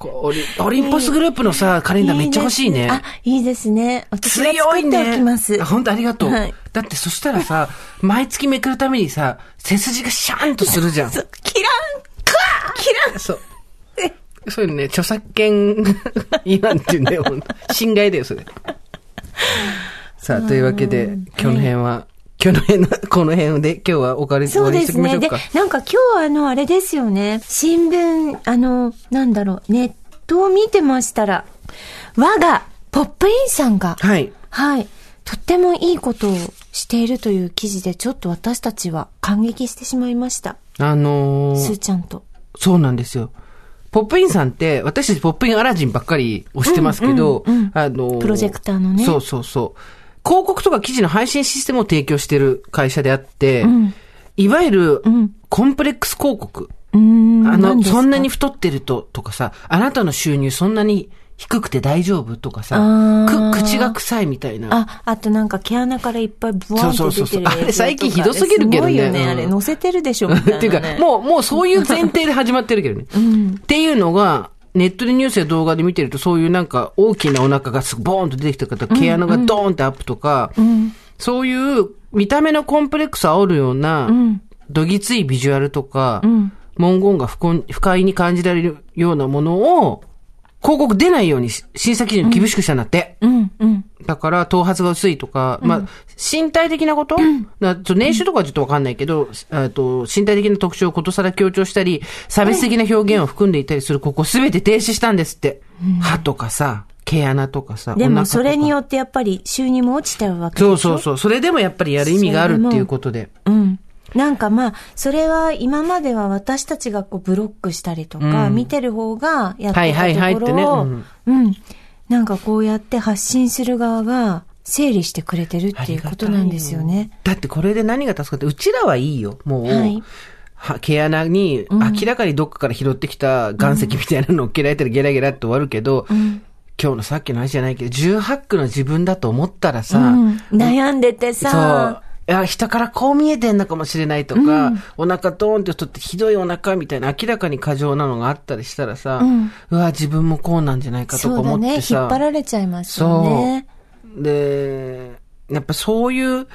Speaker 2: こうオリオリンポスグループのさ、カレンダーめっちゃ欲しいね。
Speaker 3: あ、いいですね。私が
Speaker 2: 強
Speaker 3: 作
Speaker 2: い
Speaker 3: ってお
Speaker 2: ね。
Speaker 3: きます。
Speaker 2: あ本当ありがとう。
Speaker 3: はい
Speaker 2: だってそしたらさ、毎月めくるためにさ、背筋がシャーンとす るじゃん。
Speaker 3: そうキランクワキラン
Speaker 2: そう。そういうのね、著作権違反っていうね、ほんと侵害だよ、それ。さあ、というわけで、今日の辺は、今日の辺の、この辺で、今日はお借り終
Speaker 3: そ
Speaker 2: わ
Speaker 3: う
Speaker 2: り
Speaker 3: で
Speaker 2: にして
Speaker 3: す
Speaker 2: おきまし
Speaker 3: ね。
Speaker 2: ょう
Speaker 3: で
Speaker 2: か。、
Speaker 3: なんか今日あの、あれですよね。新聞、あの、なんだろう、ネットを見てましたら、我がポップインさんが、
Speaker 2: はい。
Speaker 3: はい。とってもいいことをしているという記事で、ちょっと私たちは感激してしまいました。
Speaker 2: あのー
Speaker 3: すーちゃんと。
Speaker 2: そうなんですよ。ポップインさんって、私たちポップインアラジンばっかり押してますけど、
Speaker 3: うんうんうん
Speaker 2: あの
Speaker 3: プロジェクターのね
Speaker 2: そうそうそう。広告とか記事の配信システムを提供してる会社であって、
Speaker 3: ん
Speaker 2: いわゆる
Speaker 3: ん、
Speaker 2: コンプレックス広告。
Speaker 3: うーん。
Speaker 2: あ
Speaker 3: 何
Speaker 2: の、
Speaker 3: ですか
Speaker 2: そんなに太ってると、とかさ、あなたの収入そんなに低くて大丈夫とかさ
Speaker 3: あ、ー
Speaker 2: く、口が臭いみたいな。
Speaker 3: あ、あとなんか毛穴からいっぱいブワーンって出てる映像とか
Speaker 2: そうそうそうそうあれ最近ひどすぎるけどね
Speaker 3: すごいよね、
Speaker 2: うん
Speaker 3: あれ。乗せてるでしょ、みたいな、ね。
Speaker 2: っていうか、もう、もうそういう前提で始まってるけどね。っていうのが、ネットでニュースや動画で見てると、そういうなんか大きなお腹がすぐボーンと出てきた方、毛穴がドーンってアップとか、そういう見た目のコンプレックスを煽るような、どぎついビジュアルとか、文言が不幸不快に感じられるようなものを、広告出ないようにし審査基準厳しくしたんだって。
Speaker 3: うん、うん。
Speaker 2: だから、頭髪が薄いとか、まあ、身体的なこと、なちょ年収とかはちょっとわかんないけど、えっと、身体的な特徴をことさら強調したり、差別的な表現を含んでいたりする、ここすべて停止したんですって。歯とかさ、毛穴とかさ、
Speaker 3: で
Speaker 2: お腹
Speaker 3: も
Speaker 2: とか
Speaker 3: それによってやっぱり収入も落ちちゃうわけでし
Speaker 2: そ
Speaker 3: ょ
Speaker 2: うそうそう。それでもやっぱりやる意味があるっていうことで。
Speaker 3: うん。なんかまあ、それは今までは私たちがこうブロックしたりとか、見てる方がやって
Speaker 2: はいはいは
Speaker 3: た
Speaker 2: い
Speaker 3: と
Speaker 2: って
Speaker 3: こ
Speaker 2: ね
Speaker 3: ろを、
Speaker 2: う
Speaker 3: うんん、なんかこうやって発信する側が整理してくれてるっていうことなんですよね。
Speaker 2: だってこれで何が助かって、うちらはいいよ。もう、
Speaker 3: はい
Speaker 2: は毛穴に明らかにどっかから拾ってきた岩石みたいなのを蹴られたらゲラゲラって終わるけど、今日のさっきの話じゃないけど、18区の自分だと思ったらさ、
Speaker 3: うん、悩んでて
Speaker 2: そう
Speaker 3: さ、。
Speaker 2: いや、下からこう見えてんのかもしれないとか、お腹ドーンって取ってひどいお腹みたいな明らかに過剰なのがあったりしたらさ、うわ、自分もこうなんじゃないかと
Speaker 3: そ
Speaker 2: か
Speaker 3: う
Speaker 2: 思
Speaker 3: だ
Speaker 2: っ
Speaker 3: ね。
Speaker 2: て
Speaker 3: 引っ
Speaker 2: さ。
Speaker 3: 張られちゃいますよね。
Speaker 2: そう。で、やっぱそういう、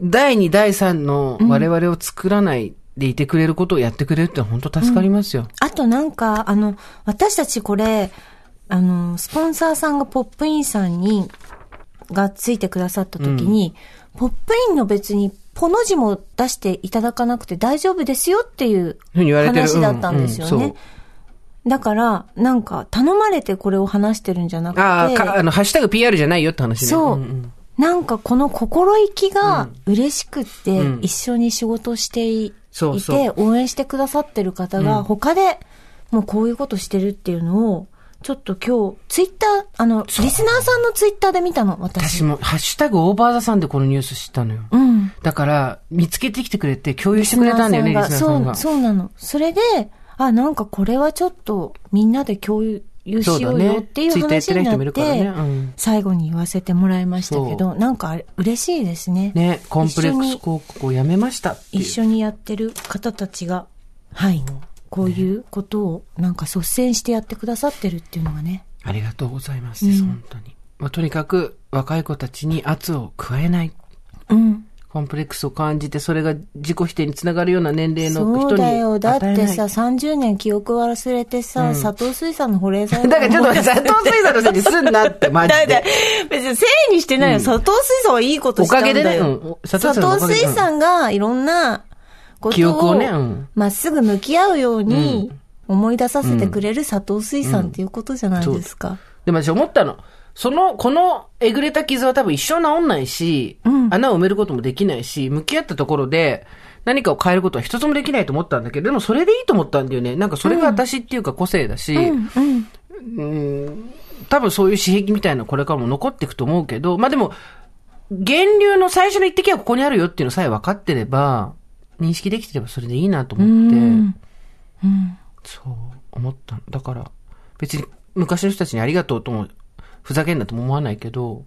Speaker 2: 第2、第3の我々を作らないでいてくれることをやってくれるって本当助かりますよ。
Speaker 3: あとなんか、あの、私たちこれ、あの、スポンサーさんがポップインさんに、がついてくださった時に、ポップインの別に、ポの字も出していただかなくて大丈夫ですよっていう
Speaker 2: ふうに言われてる
Speaker 3: 話だったんですよね。
Speaker 2: うんうんそ
Speaker 3: だから、なんか、頼まれてこれを話してるんじゃなくて、
Speaker 2: ああ、かあの、ハッシュタグ PR じゃないよって話ね。
Speaker 3: そう、
Speaker 2: んん
Speaker 3: なんかこの心意気が嬉しくって、一緒に仕事してい,、
Speaker 2: そうそう
Speaker 3: いて、応援してくださってる方が、他でもうこういうことしてるっていうのを、ちょっと今日、ツイッター、あの、リスナーさんのツイッターで見たの、私。
Speaker 2: 私も、ハッシュタグオーバーザさんでこのニュース知ったのよ。
Speaker 3: うん。
Speaker 2: だから、見つけてきてくれて共有してくれたんだよね、リスナーさんが。
Speaker 3: そう、そうなの。それで、あ、なんかこれはちょっとみんなで共有しようよっていう
Speaker 2: そう
Speaker 3: 話になっ
Speaker 2: だねツイッターやってない人もい
Speaker 3: て
Speaker 2: るからねうん、
Speaker 3: 最後に言わせてもらいましたけど、なんかあれ嬉しいですね。
Speaker 2: ね、コンプレックス広告をやめましたっていう
Speaker 3: 一緒にやってる方たちが、はい、こういうことをなんか率先してやってくださってるっていうのがね。
Speaker 2: ありがとうございますです、本当に。まあ、とにかく、若い子たちに圧を加えない。
Speaker 3: うん。
Speaker 2: コンプレックスを感じて、それが自己否定につながるような年齢の
Speaker 3: そ
Speaker 2: 人
Speaker 3: う
Speaker 2: に
Speaker 3: だよ。だっ
Speaker 2: 与えな
Speaker 3: て
Speaker 2: い
Speaker 3: さ、30年記憶忘れてさ、佐藤水産の保冷 剤
Speaker 2: だからちょっと待って、佐藤水産のせいにすん なって、マジ
Speaker 3: だいたい
Speaker 2: で。
Speaker 3: 別にせいにしてないよ。佐藤水産はいいことしたんだよ。
Speaker 2: おかげでねうん佐
Speaker 3: 佐
Speaker 2: 藤水産のおかげ
Speaker 3: 藤
Speaker 2: で
Speaker 3: 水産がいろんなこと
Speaker 2: 記憶をねうん
Speaker 3: まっすぐ向き合うように思い出させてくれる佐藤水産っていうことじゃないですか。
Speaker 2: でも私思ったの。その、このえぐれた傷は多分一生治んないし、穴を埋めることもできないし、向き合ったところで何かを変えることは一つもできないと思ったんだけど、でもそれでいいと思ったんだよね。なんかそれが私っていうか個性だし、多分そういう刺激みたいなのこれからも残っていくと思うけど、まあでも、源流の最初の一滴はここにあるよっていうのさえ分かってれば、認識できてればそれでいいなと思って、そう思ったのだから、別に昔の人たちにありがとうとも、ふざけんなとも思わないけど、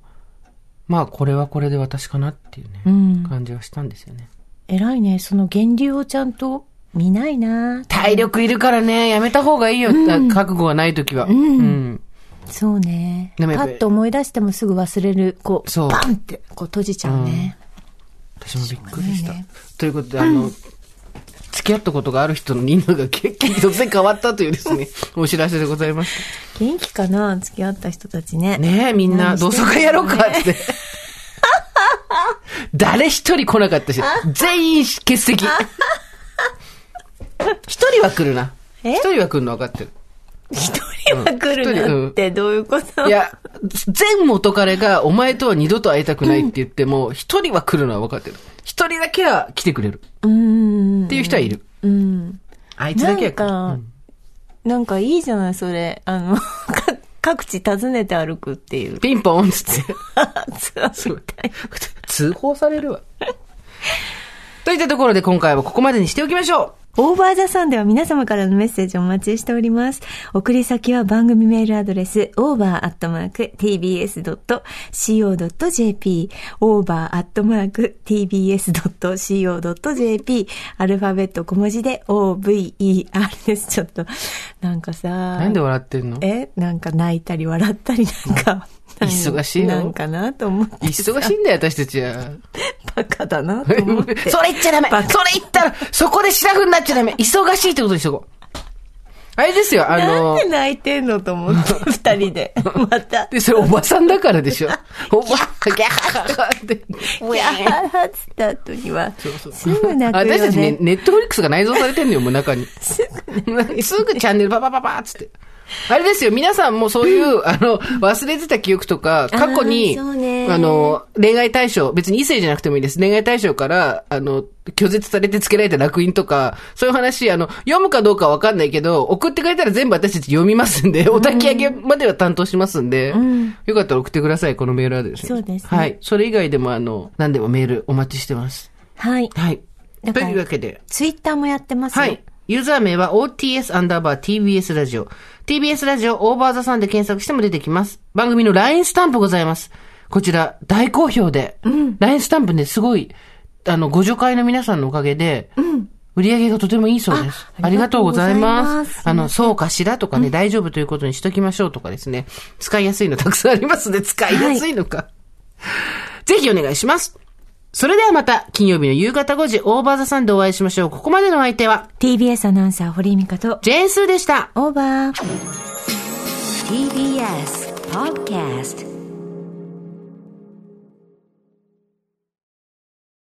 Speaker 2: まあこれはこれで私かなっていうね、感じはしたんですよね。
Speaker 3: 偉いね。その源流をちゃんと見ないな
Speaker 2: 体力いるからね、やめた方がいいよ、覚悟がないときは。うん
Speaker 3: そうね。パ
Speaker 2: でもやっぱり
Speaker 3: ッと思い出してもすぐ忘れる、こう、
Speaker 2: そう
Speaker 3: バンってこう閉じちゃうね。
Speaker 2: 私もびっくりした。
Speaker 3: しょうがないね
Speaker 2: ということで、あの、付き合ったことがある人の人数が結構突然変わったというです ね、お知らせでございまし
Speaker 3: 元気かな付き合った人たちね。
Speaker 2: た。ねえ、みんな
Speaker 3: 何して
Speaker 2: 同
Speaker 3: んだろう
Speaker 2: 窓
Speaker 3: ね
Speaker 2: 会やろうか って。誰一人来なかったし、全員欠席。一人は来るな。
Speaker 3: え
Speaker 2: 一人は来るの分かってる。
Speaker 3: 一人は来るなってどういうこと
Speaker 2: いや、全元彼がお前とは二度と会いたくないって言っても、一人は来るのは分かってる。一人だけは来てくれる。
Speaker 3: うーん
Speaker 2: っ。ていう人はいる。
Speaker 3: うん。
Speaker 2: あいつ
Speaker 3: なん
Speaker 2: だけは来る。
Speaker 3: か、なんかいいじゃない、それ。あの、か各地訪ねて歩くって いう。
Speaker 2: ピン ポンっつって。
Speaker 3: ツアーみたい
Speaker 2: 通報されるわ。といったところで今回はここまでにしておきましょう
Speaker 3: オーバーザさんでは皆様からのメッセージをお待ちしております。送り先は番組メールアドレス over.tbs.co.jp over.tbs.co.jp アルファベット小文字で over です。ちょっと、なんかさ。
Speaker 2: なんで笑ってんの
Speaker 3: えなんか泣いたり笑ったりなんか。
Speaker 2: 忙しいの
Speaker 3: なんかなと思って。
Speaker 2: 忙しいんだよ、私たちは。
Speaker 3: バカだな と
Speaker 2: それ
Speaker 3: 思って。
Speaker 2: 言っちゃダメ
Speaker 3: バカ
Speaker 2: それ言ったら、そこでシラフになっちゃダメ忙しいってことにしとこう。あれですよ、あ
Speaker 3: なん
Speaker 2: の
Speaker 3: で、泣いてんのと思って、二人 で。また。
Speaker 2: で、それおばさんだからでしょ。おば、ギャーって。
Speaker 3: いやーっつった後には、すぐ泣くよ、ね。
Speaker 2: 私たちね、ネットフリックスが内蔵されてんのよ、もう中に。すぐ、チャンネルパパパパーっつって。あれですよ、皆さんもそ ういう、あの、忘れてた記憶とか、過去に、
Speaker 3: あーそうね
Speaker 2: あの、恋愛対象、別に異性じゃなくてもいいです。恋愛対象から、あの、拒絶されて付けられた楽印とか、そういう話、あの、読むかどうかわかんないけど、送ってくれたら全部私たち読みますんで、お焚き上げまでは担当しますんで、よかったら送ってください、このメールアドレスに
Speaker 3: そうですね
Speaker 2: はい。それ以外でも、あの、何でもメールお待ちしてます。
Speaker 3: はい。
Speaker 2: はい。
Speaker 3: だ
Speaker 2: と
Speaker 3: から
Speaker 2: いうわけで。
Speaker 3: ツイッターもやってますよ。
Speaker 2: はい。ユーザー名は OTS アンダーバー TBS ラジオ。TBS ラジオオーバーザさんで検索しても出てきます。番組の LINE スタンプございます。こちら、大好評で。LINE スタンプね、すごい、あの、ご助会の皆さんのおかげで、売り上げがとてもいいそうです。あ
Speaker 3: あ
Speaker 2: り
Speaker 3: り
Speaker 2: が
Speaker 3: がと
Speaker 2: とう
Speaker 3: う
Speaker 2: ご
Speaker 3: ご
Speaker 2: ざ
Speaker 3: ざい
Speaker 2: い
Speaker 3: ます
Speaker 2: ます。あの、そうかしらとかね、大丈夫ということにしときましょうとかですね。使いやすいのたくさんありますね。使いやすいのか。ぜひお願いします。それではまた、金曜日の夕方5時、オーバーザさんでお会いしましょう。ここまでのお相手は、
Speaker 3: TBS アナウンサー、堀井美香と、
Speaker 2: ジェーンスーでした。
Speaker 3: オーバー。
Speaker 1: TBS Podcast